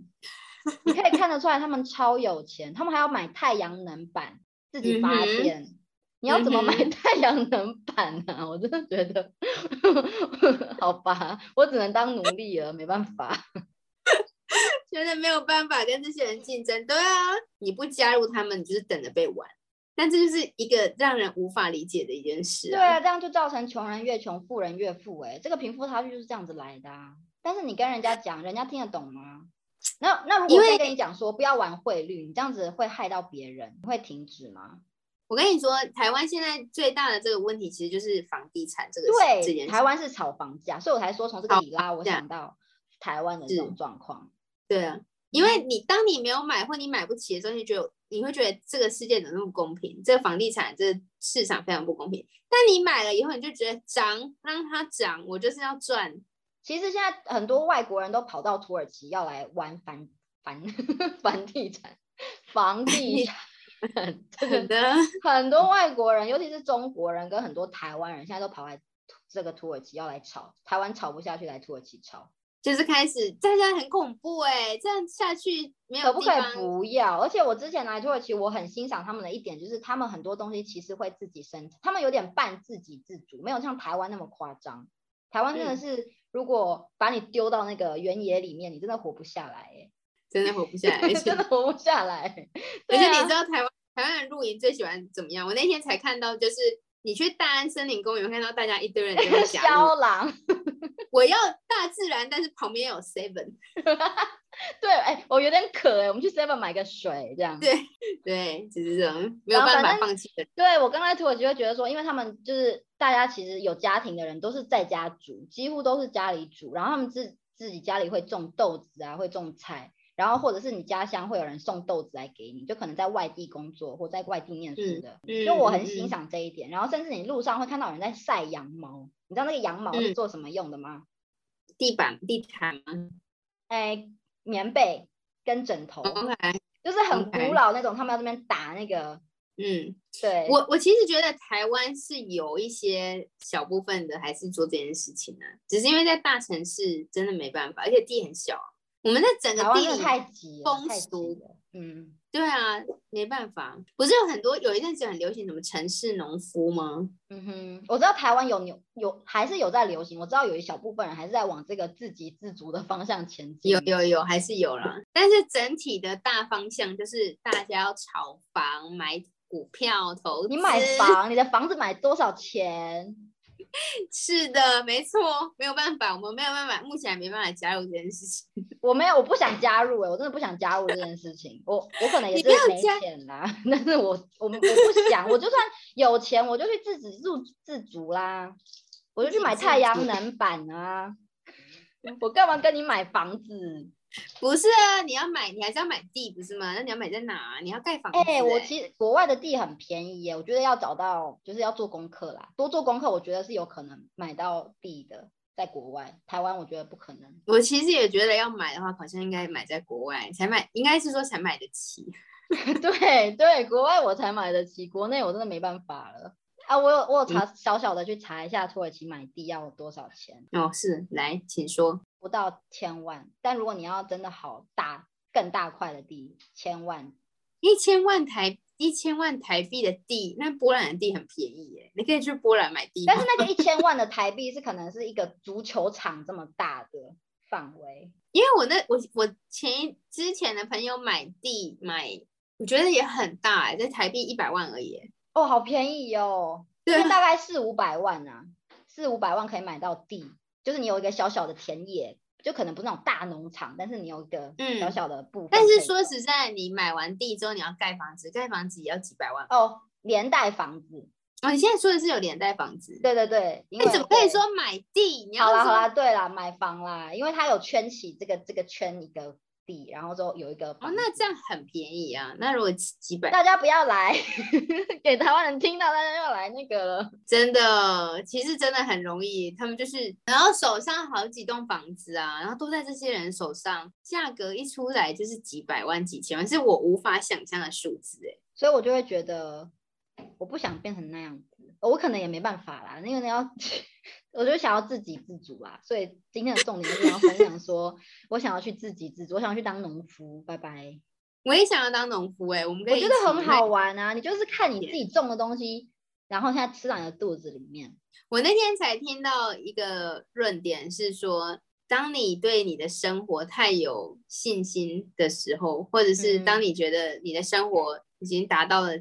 Speaker 1: 你可以看得出来他们超有钱，他们还要买太阳能板自己发
Speaker 2: 嗯哼
Speaker 1: 电。你要怎么买
Speaker 2: 嗯哼
Speaker 1: 太阳能板呢、 我真的觉得，好吧，我只能当奴隶了，没办法。
Speaker 2: 觉得没有办法跟这些人竞争。对啊，你不加入他们，你就是等着被玩。但这就是一个让人无法理解的一件 事
Speaker 1: 对
Speaker 2: 啊。
Speaker 1: 啊，这样就造成穷人越穷，富人越富、欸。哎，这个贫富差距就是这样子来的啊。但是你跟人家讲，人家听得懂吗？那那如
Speaker 2: 因
Speaker 1: 果
Speaker 2: 为
Speaker 1: 再跟你讲说不要玩汇率，你这样子会害到别人，你会停止吗？
Speaker 2: 我跟你说，台湾现在最大的这个问题其实就是房地产这个事这
Speaker 1: 对，
Speaker 2: 件事
Speaker 1: 台。湾是炒房价，所以我才说从这个
Speaker 2: 炒
Speaker 1: 里拉，我
Speaker 2: 价
Speaker 1: 想到台湾的这
Speaker 2: 是
Speaker 1: 种状况。
Speaker 2: 对啊，因
Speaker 1: 嗯
Speaker 2: 为你当你没有买或你买不起的时候，你就觉得你会觉得这个世界怎么那么公平？这个房地产这个市场非常不公平。但你买了以后，你就觉得涨，让它涨，我就是要赚。
Speaker 1: 其实现在很多外国人都跑到土耳其要来玩房 房房地产，房地产
Speaker 2: 真
Speaker 1: 真的
Speaker 2: 的，
Speaker 1: 很多外国人，尤其是中国人跟很多台湾人，现在都跑来土这个土耳其要来炒，台湾炒不下去来土耳其炒，
Speaker 2: 就是开始大家很恐怖哎、这样下去没
Speaker 1: 可
Speaker 2: 有
Speaker 1: 不
Speaker 2: 地
Speaker 1: 可
Speaker 2: 方
Speaker 1: 以不要？而且我之前来土耳其，我很欣赏他们的一点就是他们很多东西其实会自己生产，他们有点半自给自足，没有像台湾那么夸张。台湾真的
Speaker 2: 嗯
Speaker 1: 是，如果把你丢到那个原野里面，你真的活不下来、欸。
Speaker 2: 真的活不下 来。而且
Speaker 1: 真的活不下来。
Speaker 2: 而
Speaker 1: 对
Speaker 2: 且
Speaker 1: 啊
Speaker 2: 你知道台湾台湾人露营最喜欢怎么样？我那天才看到，就是你去大安森林公园看到大家一堆人在那夹路，
Speaker 1: 肖郎，
Speaker 2: 我要大自然，但是旁边有 seven，
Speaker 1: 对，哎、我有点渴哎、我们去 Seven 买个水这样。
Speaker 2: 对对，就是这种没有
Speaker 1: 然后
Speaker 2: 办法
Speaker 1: 反正
Speaker 2: 放弃的。
Speaker 1: 对我刚才土耳其会觉得说，因为他们就是大家其实有家庭的人都是在家煮，几乎都是家里煮，然后他们自自己家里会种豆子啊，会种菜，然后或者是你家乡会有人送豆子来给你，就可能在外地工作或在外地念书的，
Speaker 2: 嗯
Speaker 1: 就我很欣。
Speaker 2: 嗯嗯
Speaker 1: 赏这一点。然后甚至你路上会看到有人在晒羊毛，你知道那个羊毛是
Speaker 2: 嗯
Speaker 1: 做什么用的吗？
Speaker 2: 地板地毯吗
Speaker 1: 哎，棉被跟枕头，
Speaker 2: ？OK，嗯
Speaker 1: 就是很古
Speaker 2: 哦 OK
Speaker 1: 老那种，他们要这边打那个
Speaker 2: 嗯，
Speaker 1: 对，
Speaker 2: 我我其实觉得台湾是有一些小部分的还是做这件事情呢、啊只是因为在大城市真的没办法，而且地很小啊，我们的整个
Speaker 1: 台湾
Speaker 2: 地
Speaker 1: 真的
Speaker 2: 理
Speaker 1: 太急了，
Speaker 2: 风
Speaker 1: 太急
Speaker 2: 俗
Speaker 1: 了，嗯，
Speaker 2: 对啊，没办法。不是有很多有一阵子很流行什么城市农夫吗？
Speaker 1: 嗯哼，我知道台湾有牛有还是有在流行，我知道有一小部分人还是在往这个自给自足的方向前进。
Speaker 2: 有有有，还是有啦。但是整体的大方向就是大家要炒房、买股票、投资。
Speaker 1: 你买房，你的房子买多少钱？
Speaker 2: 是的，没错，没有办法，我们没有办法，目前还没办法加入这件事情。
Speaker 1: 我没有，我不想加入、欸，我真的不想加入这件事情。我我可能也
Speaker 2: 你
Speaker 1: 是
Speaker 2: 不要
Speaker 1: 没
Speaker 2: 加
Speaker 1: 钱啦，但是我我我不想，我就算有钱，我就去自给自自足啦，我就去买
Speaker 2: 自给
Speaker 1: 太
Speaker 2: 自
Speaker 1: 阳
Speaker 2: 足
Speaker 1: 能板啊。我干嘛跟你买房子？
Speaker 2: 不是啊，你要买，你还是要买地，不是吗？那你要买在哪、你要盖房子、
Speaker 1: 哎、
Speaker 2: 欸。
Speaker 1: 我其实国外的地很便宜耶，我觉得要找到就是要做功课啦，多做功课，我觉得是有可能买到地的，在国外，台湾我觉得不可能。
Speaker 2: 我其实也觉得要买的话，好像应该买在国外才买，应该是说才买得起。
Speaker 1: 对对，国外我才买得起，国内我真的没办法了。啊，我有我有
Speaker 2: 嗯
Speaker 1: 查小小的去查一下土耳其买地要多少钱，
Speaker 2: 哦，是，来，请说。
Speaker 1: 不到千万。但如果你要真的好大更大块的地，千万
Speaker 2: 一千万台一千万台币的地，那波兰的地很便宜耶，你可以去波兰买地吗。
Speaker 1: 但是那个一千万的台币是可能是一个足球场这么大的范围。
Speaker 2: 因为我那我我前一之前的朋友买地买，我觉得也很大哎，在台币一百万而已耶。
Speaker 1: 哦，好便宜哦，因
Speaker 2: 对
Speaker 1: 为
Speaker 2: 啊
Speaker 1: 大概四五百万啊，四五百万可以买到地，就是你有一个小小的田野，就可能不是那种大农场，但是你有一个小
Speaker 2: 嗯
Speaker 1: 小的部分可以
Speaker 2: 但
Speaker 1: 种。
Speaker 2: 是说实在，你买完地之后，你要盖房子，盖房子也要几百万
Speaker 1: 哦，连带房子，
Speaker 2: 哦。你现在说的是有连带房子，
Speaker 1: 对对对，因为
Speaker 2: 那怎么可以
Speaker 1: 对
Speaker 2: 说买地？你要
Speaker 1: 好啦好
Speaker 2: 说
Speaker 1: 啦，对啦，买房啦，因为它有圈起这个这个圈一个地，然后之后有一个
Speaker 2: 哦
Speaker 1: 房，
Speaker 2: 那
Speaker 1: 子
Speaker 2: 这样很便宜啊。那如果几几百，
Speaker 1: 大家不要来， 给台湾人听到，大家要来那个了。
Speaker 2: 真的，其实真的很容易，他们就是，然后手上好几栋房子啊，然后都在这些人手上，价格一出来就是几百万、几千万，是我无法想象的数字哎。
Speaker 1: 所以我就会觉得我不想变成那样子，我可能也没办法啦，因为你要， 我就想要自给自足啦。所以今天的重点就是要分享说，我想要去自给自足，我想要去当农夫，拜拜。
Speaker 2: 我也想要当农夫哎，我们可
Speaker 1: 我
Speaker 2: 以
Speaker 1: 觉
Speaker 2: 一
Speaker 1: 得
Speaker 2: 起
Speaker 1: 很
Speaker 2: 那
Speaker 1: 好。玩啊，你就是看你
Speaker 2: 解
Speaker 1: 自己种的东西，然后现在吃到你的肚子里面。
Speaker 2: 我那天才听到一个论点是说，当你对你的生活太有信心的时候，或者是
Speaker 1: 嗯
Speaker 2: 当你觉得你的生活已经达到了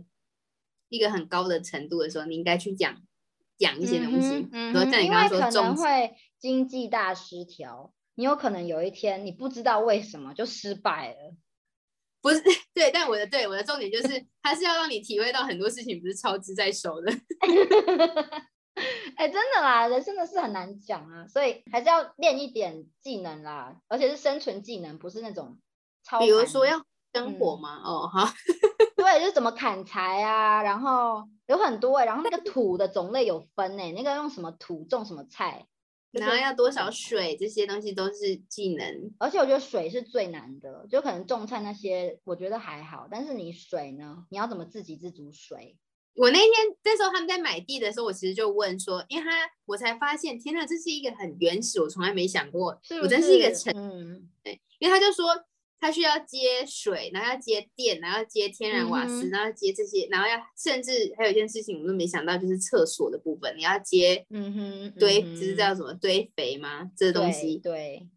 Speaker 2: 一个很高的程度的时候，你应该去养养一些东西，
Speaker 1: 嗯
Speaker 2: 比如
Speaker 1: 哼
Speaker 2: 像你
Speaker 1: 因
Speaker 2: 刚
Speaker 1: 为
Speaker 2: 刚说
Speaker 1: 可能
Speaker 2: 种植。
Speaker 1: 会经济大失调，你有可能有一天你不知道为什么就失败了。
Speaker 2: 不是对，但我的对我的重 点就是，它是要让你体会到很多事情不是操之在手的。
Speaker 1: 哎、真的啦，人真的是很难讲啊，所以还是要练一点技能啦，而且是生存技能，不是那种超。
Speaker 2: 比如说，要生活
Speaker 1: 嗯
Speaker 2: 吗？哦，好，
Speaker 1: 对，就是怎么砍柴啊，然后有很多哎、然后那个土的种类有分哎、那个用什么土种什么菜，就
Speaker 2: 然后
Speaker 1: 是
Speaker 2: 要多少水，这些东西都是技能。
Speaker 1: 而且我觉得水是最难的，就可能种菜那些我觉得还好，但是你水呢，你要怎么自给自足水？
Speaker 2: 我那天那时候他们在买地的时候，我其实就问说，因为他我才发现，天呐，这是一个很原始，我从来没想过，
Speaker 1: 是不
Speaker 2: 我真是一个
Speaker 1: 是
Speaker 2: 成，
Speaker 1: 嗯，
Speaker 2: 因为他就说他需要接水，然后要接电，然后要接天然瓦
Speaker 1: 嗯
Speaker 2: 斯，
Speaker 1: 哼
Speaker 2: 然后要接这些，然后要甚至还有一件事情我都没想到，就是厕所的部分，你要接
Speaker 1: 嗯哼，
Speaker 2: 堆，
Speaker 1: 嗯
Speaker 2: 知
Speaker 1: 哼
Speaker 2: 道什么堆肥吗？这东西，
Speaker 1: 对对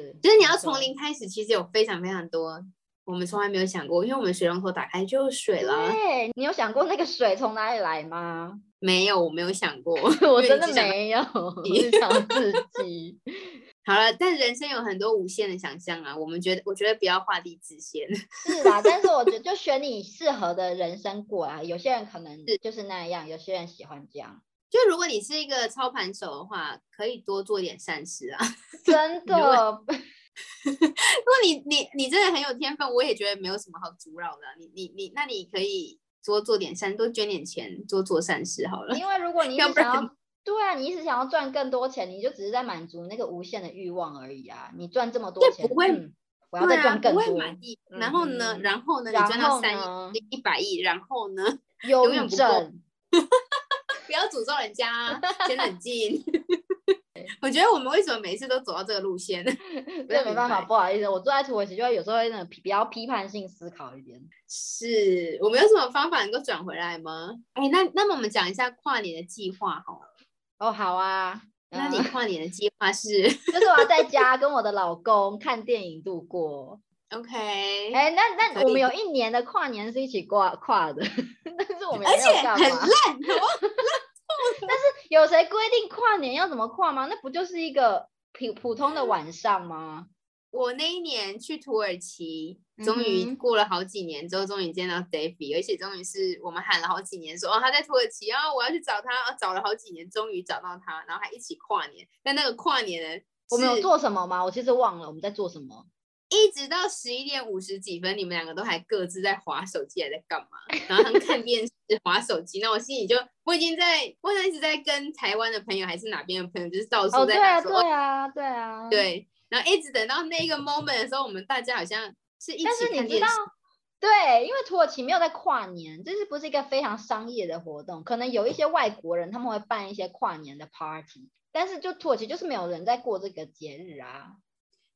Speaker 1: 是，
Speaker 2: 就是你
Speaker 1: 没
Speaker 2: 要
Speaker 1: 错
Speaker 2: 从零开始，其实有非常非常多我们从来没有想过，因为我们水龙头打开就有水了，
Speaker 1: 对你有想过那个水从哪里来吗？
Speaker 2: 没有，我没有想过，
Speaker 1: 我
Speaker 2: 因为
Speaker 1: 真
Speaker 2: 你
Speaker 1: 的
Speaker 2: 只想到
Speaker 1: 没有，我
Speaker 2: 己
Speaker 1: 是想自己。
Speaker 2: 好了，但人生有很多无限的想象啊。我们觉得，我觉得不要画地自限。
Speaker 1: 是啦，但是我觉得就选你适合的人生过来。有些人可能
Speaker 2: 是
Speaker 1: 就是那样，有些人喜欢这 样，
Speaker 2: 就如果你是一个操盘手的话，可以多做一点善事啊。
Speaker 1: 真
Speaker 2: 如果
Speaker 1: 的。
Speaker 2: 如果你你你真的很有天分，我也觉得没有什么好阻扰的啊、你你你，那你可以多做点善，多捐点钱，多做善事好 了。
Speaker 1: 因为如果你一
Speaker 2: 要
Speaker 1: 直
Speaker 2: 不
Speaker 1: 想
Speaker 2: 然
Speaker 1: 要，对啊，你一直想要赚更多钱，你就只是在满足那个无限的欲望而已啊。你赚这么多
Speaker 2: 对
Speaker 1: 钱，
Speaker 2: 不会
Speaker 1: 嗯我要
Speaker 2: 对
Speaker 1: 再
Speaker 2: 啊，
Speaker 1: 赚更
Speaker 2: 不
Speaker 1: 多。
Speaker 2: 会满意。然后呢？
Speaker 1: 嗯
Speaker 2: 然后呢？你
Speaker 1: 然
Speaker 2: 赚到
Speaker 1: 后
Speaker 2: 三
Speaker 1: 呢
Speaker 2: 亿、一百亿，然后呢？
Speaker 1: 忧
Speaker 2: 永远
Speaker 1: 郁
Speaker 2: 不够
Speaker 1: 症。
Speaker 2: 不要诅咒人家啊，先冷静。 我觉得我们为什么每次都走到这个 路线？
Speaker 1: 这没办法，
Speaker 2: 明白
Speaker 1: 不好意思，我坐在土耳其就会有时候会那种比较批判性思考一点。
Speaker 2: 是我们有什么方法能够转回来吗？哎、那那么我们讲一下跨年的计划好了。
Speaker 1: 哦，好啊，
Speaker 2: 那
Speaker 1: 嗯
Speaker 2: 你跨年的计划是
Speaker 1: 就是我要在家跟我的老公看电影度 过。
Speaker 2: OK？
Speaker 1: 哎、那那
Speaker 2: 可
Speaker 1: 我们
Speaker 2: 以
Speaker 1: 有一年的跨年是一起跨跨的， 但是我们也
Speaker 2: 而
Speaker 1: 没
Speaker 2: 且
Speaker 1: 有
Speaker 2: 很
Speaker 1: 干
Speaker 2: 烂，
Speaker 1: 嘛。
Speaker 2: 好不好
Speaker 1: 有谁规定跨年要怎么跨吗？那不就是一个普普通
Speaker 2: 嗯
Speaker 1: 的晚上吗？
Speaker 2: 我那一年去土耳其，终
Speaker 1: 嗯
Speaker 2: 于
Speaker 1: 哼
Speaker 2: 过了好几年之后，终于见到 Davy，而且终于是我们喊了好几年说哦他在土耳其，然、后我要去找他，哦找了好几年，终于找到他，然后还一起跨年。但那个跨年呢，
Speaker 1: 我们有
Speaker 2: 是
Speaker 1: 做什么吗？我其实忘了我们在做什么。
Speaker 2: 一直到十一点五十几分，你们两个都还各自在划手机，还在干嘛？然后他们看电视、划手机。那我心里就，我已经在，我好像一直在跟台湾的朋友还是哪边的朋友，就是到
Speaker 1: 哦，
Speaker 2: 处在
Speaker 1: 对
Speaker 2: 打
Speaker 1: 啊，
Speaker 2: 说、
Speaker 1: 对啊，对啊，。
Speaker 2: 对然后一直等到那个 moment 的时候，我们大家好像是一
Speaker 1: 但
Speaker 2: 起
Speaker 1: 是
Speaker 2: 看
Speaker 1: 你知
Speaker 2: 电
Speaker 1: 道
Speaker 2: 视。，
Speaker 1: 对，因为土耳其没有在跨年，这是不是一个非常商业的活动？可能有一些外国人他们会办一些跨年的 party，但是就土耳其就是没有人在过这个节日啊。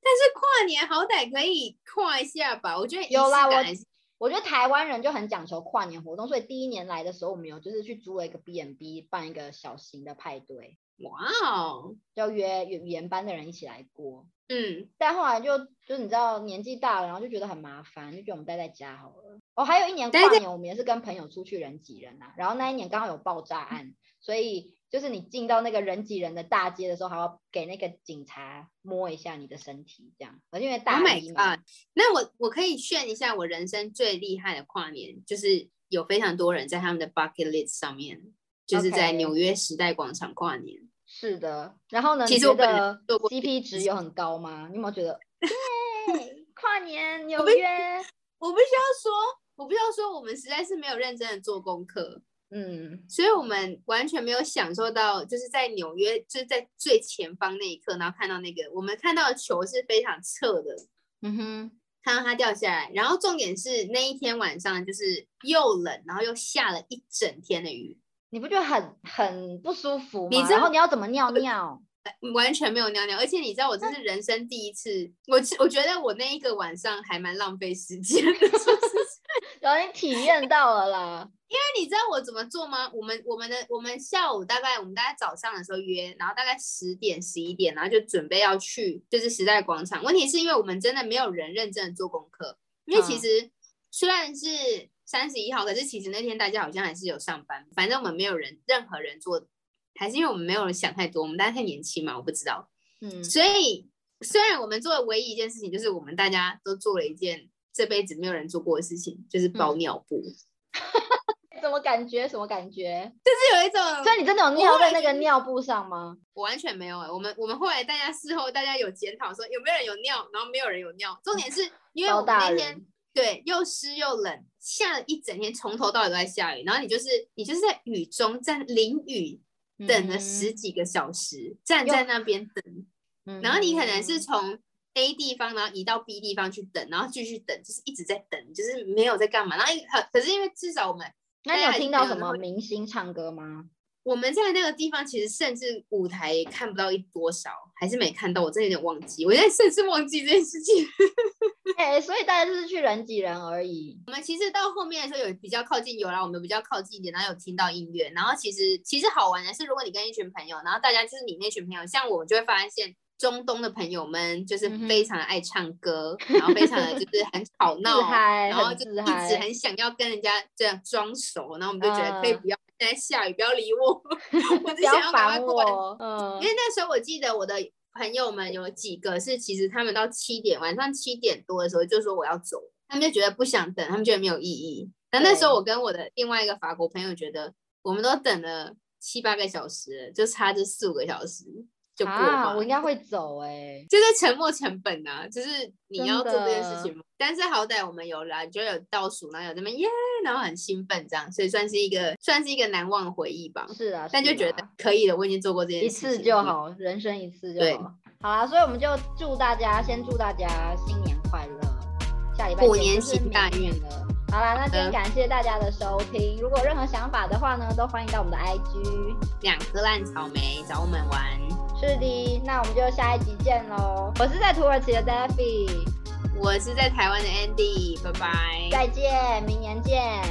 Speaker 2: 但是跨年好歹可以跨一下吧，我觉哎得仪
Speaker 1: 有
Speaker 2: 式
Speaker 1: 啦
Speaker 2: 感
Speaker 1: 我
Speaker 2: 还是
Speaker 1: 我觉得台湾人就很讲求跨年活动，所以第一年来的时候，我们有就是去租了一个 B&B，办一个小型的派对，
Speaker 2: 哇哦，
Speaker 1: 就约语语言班的人一起来过。
Speaker 2: 嗯，
Speaker 1: 但后来就就你知道年纪大了，然后就觉得很麻烦，就觉得我们待在家好了。哦，还有一年
Speaker 2: 待
Speaker 1: 跨
Speaker 2: 在
Speaker 1: 年，我们也是跟朋友出去人挤人啊。然后那一年刚好有爆炸案，所以就是你进到那个人挤人的大街的时候，还要给那个警察摸一下你的身体，这样。呃而且因为
Speaker 2: Oh
Speaker 1: 大
Speaker 2: my
Speaker 1: 一嘛
Speaker 2: god！那我我可以炫一下我人生最厉害的跨年，就是有非常多人在他们的 bucket list 上面，就是在
Speaker 1: OK
Speaker 2: 纽约时代广场跨年。
Speaker 1: 是的。然后呢，
Speaker 2: 其
Speaker 1: 你
Speaker 2: 实
Speaker 1: 觉
Speaker 2: 我本人
Speaker 1: 得
Speaker 2: 做过
Speaker 1: CP 值有很高吗？你有没有觉 得？耶，跨年纽
Speaker 2: 被
Speaker 1: 约，
Speaker 2: 我必须要说，我必须要说，我们实在是没有认真的做功课，
Speaker 1: 嗯，
Speaker 2: 所以我们完全没有享受到，就是在纽约，就是在最前方那一刻，然后看到那个我们看到的球是非常侧的，
Speaker 1: 嗯哼，
Speaker 2: 看到它掉下来。然后重点是那一天晚上就是又冷，然后又下了一整天的雨，
Speaker 1: 你不觉得很很不舒服
Speaker 2: 你
Speaker 1: 吗？
Speaker 2: 知
Speaker 1: 然
Speaker 2: 道
Speaker 1: 后你要怎么尿尿？
Speaker 2: 完全没有尿尿，而且你知道我这是人生第一次，我其我觉得我那一个晚上还蛮浪费时间的，就是因
Speaker 1: 然后你体验到了啦，
Speaker 2: 为你知道我怎么做吗？我们我们的我们下午大概我们大概早上的时候约，然后大概十点十一点，然后就准备要去就是时代广场。问题是因为我们真的没有人认真的做功课，因为其
Speaker 1: 嗯
Speaker 2: 实虽然是三十一号，可是其实那天大家好像还是有上班，反正我们没有人任何人做，还是因为我们没有人想太多，我们大家太年轻嘛，我不知道。
Speaker 1: 嗯，
Speaker 2: 所以虽然我们做的唯一一件事情，就是我们大家都做了一件这辈子没有人做过的事情，就是包
Speaker 1: 嗯
Speaker 2: 尿布，
Speaker 1: 怎么感觉？什么感觉？
Speaker 2: 就是有一种
Speaker 1: 所以你真的有
Speaker 2: 呃我
Speaker 1: 尿
Speaker 2: 后
Speaker 1: 在
Speaker 2: 来
Speaker 1: 那个
Speaker 2: 就是
Speaker 1: 尿布上吗？
Speaker 2: 我完全没有哎、我们我们后来大家事后大家有检讨说有没有人有尿，然后没有人有尿，重点是因为
Speaker 1: 包
Speaker 2: 我们
Speaker 1: 大
Speaker 2: 那天
Speaker 1: 人，
Speaker 2: 对又湿又冷，下了一整天，从头到尾都在下雨，然后你就是你就是在雨中在淋雨。
Speaker 1: 嗯
Speaker 2: 等了十几个小时，站
Speaker 1: 又
Speaker 2: 在那边等，
Speaker 1: 嗯，
Speaker 2: 然后你可能是
Speaker 1: 嗯
Speaker 2: 从 A 地方，然后移到 B 地方去等，然后继续等，就是一直在等，就是没有在干嘛。然后一呃可是因为至少我们
Speaker 1: 那你
Speaker 2: 大
Speaker 1: 有
Speaker 2: 家
Speaker 1: 听
Speaker 2: 还
Speaker 1: 到
Speaker 2: 是
Speaker 1: 什
Speaker 2: 没有
Speaker 1: 么
Speaker 2: 那么
Speaker 1: 明星唱歌吗？
Speaker 2: 我们在那个地方，其实甚至舞台也看不到一多少，还是没看到。我真的有点忘记，我现在甚至忘记这件事情。
Speaker 1: 哎、所以大家就是去人挤人而已。
Speaker 2: 我们其实到后面的时候有比较靠近游廊，我们比较靠近一点，然后有听到音乐，然后其实其实好玩的是，如果你跟一群朋友，然后大家就是你那群朋友，像我就会发现中东的朋友们就是
Speaker 1: 嗯哼
Speaker 2: 非常的爱唱歌，然后非常的 就是很吵
Speaker 1: 自
Speaker 2: 闹，
Speaker 1: 嗨，
Speaker 2: 然后
Speaker 1: 很
Speaker 2: 就
Speaker 1: 自
Speaker 2: 一直
Speaker 1: 嗨，
Speaker 2: 很想要跟人家这样装熟，然后我们就觉得可以
Speaker 1: 嗯
Speaker 2: 不要，现在下雨不要理我， 我
Speaker 1: 不
Speaker 2: 只想
Speaker 1: 要
Speaker 2: 要赶快
Speaker 1: 烦
Speaker 2: 过完
Speaker 1: 我。嗯
Speaker 2: 因为，那时候我记得我的朋友们有几个是，其实他们到七点晚上七点多的时候就说我要走，他们就觉得不想等，他们觉得没有意义。但那时候
Speaker 1: 对
Speaker 2: 我跟我的另外一个法国朋友觉得，我们都等了七八个小时了，就差这四五个小时就过了
Speaker 1: 啊，
Speaker 2: 嘛。
Speaker 1: 我应该会走哎、
Speaker 2: 就是沉没成本啊，就是你要做
Speaker 1: 真的
Speaker 2: 这件事情嘛。但是好歹我们有啦，就有倒数，然后有那么耶，然后很兴奋这样，所以算是一个算是一个难忘的回忆吧。
Speaker 1: 是啊，
Speaker 2: 但就是觉得
Speaker 1: 啊
Speaker 2: 可以了，我已经做过这件
Speaker 1: 一
Speaker 2: 事
Speaker 1: 次
Speaker 2: 情，
Speaker 1: 就。好，人生一次就
Speaker 2: 对
Speaker 1: 好。好啦，所以我们就祝大家，先祝大家新年快乐，下礼拜
Speaker 2: 虎
Speaker 1: 见
Speaker 2: 年
Speaker 1: 就是
Speaker 2: 行大
Speaker 1: 明
Speaker 2: 运
Speaker 1: 年了。好啦，那今天
Speaker 2: 嗯
Speaker 1: 感谢大家的收听。如果有任何想法的话呢，都欢迎到我们的 IG。
Speaker 2: 两颗烂草莓找我们玩，
Speaker 1: 是的，那我们就下一集见喽。我是在土耳其的 Daffy，
Speaker 2: 我是在台湾的 Andy，拜拜。
Speaker 1: 再见，明年见。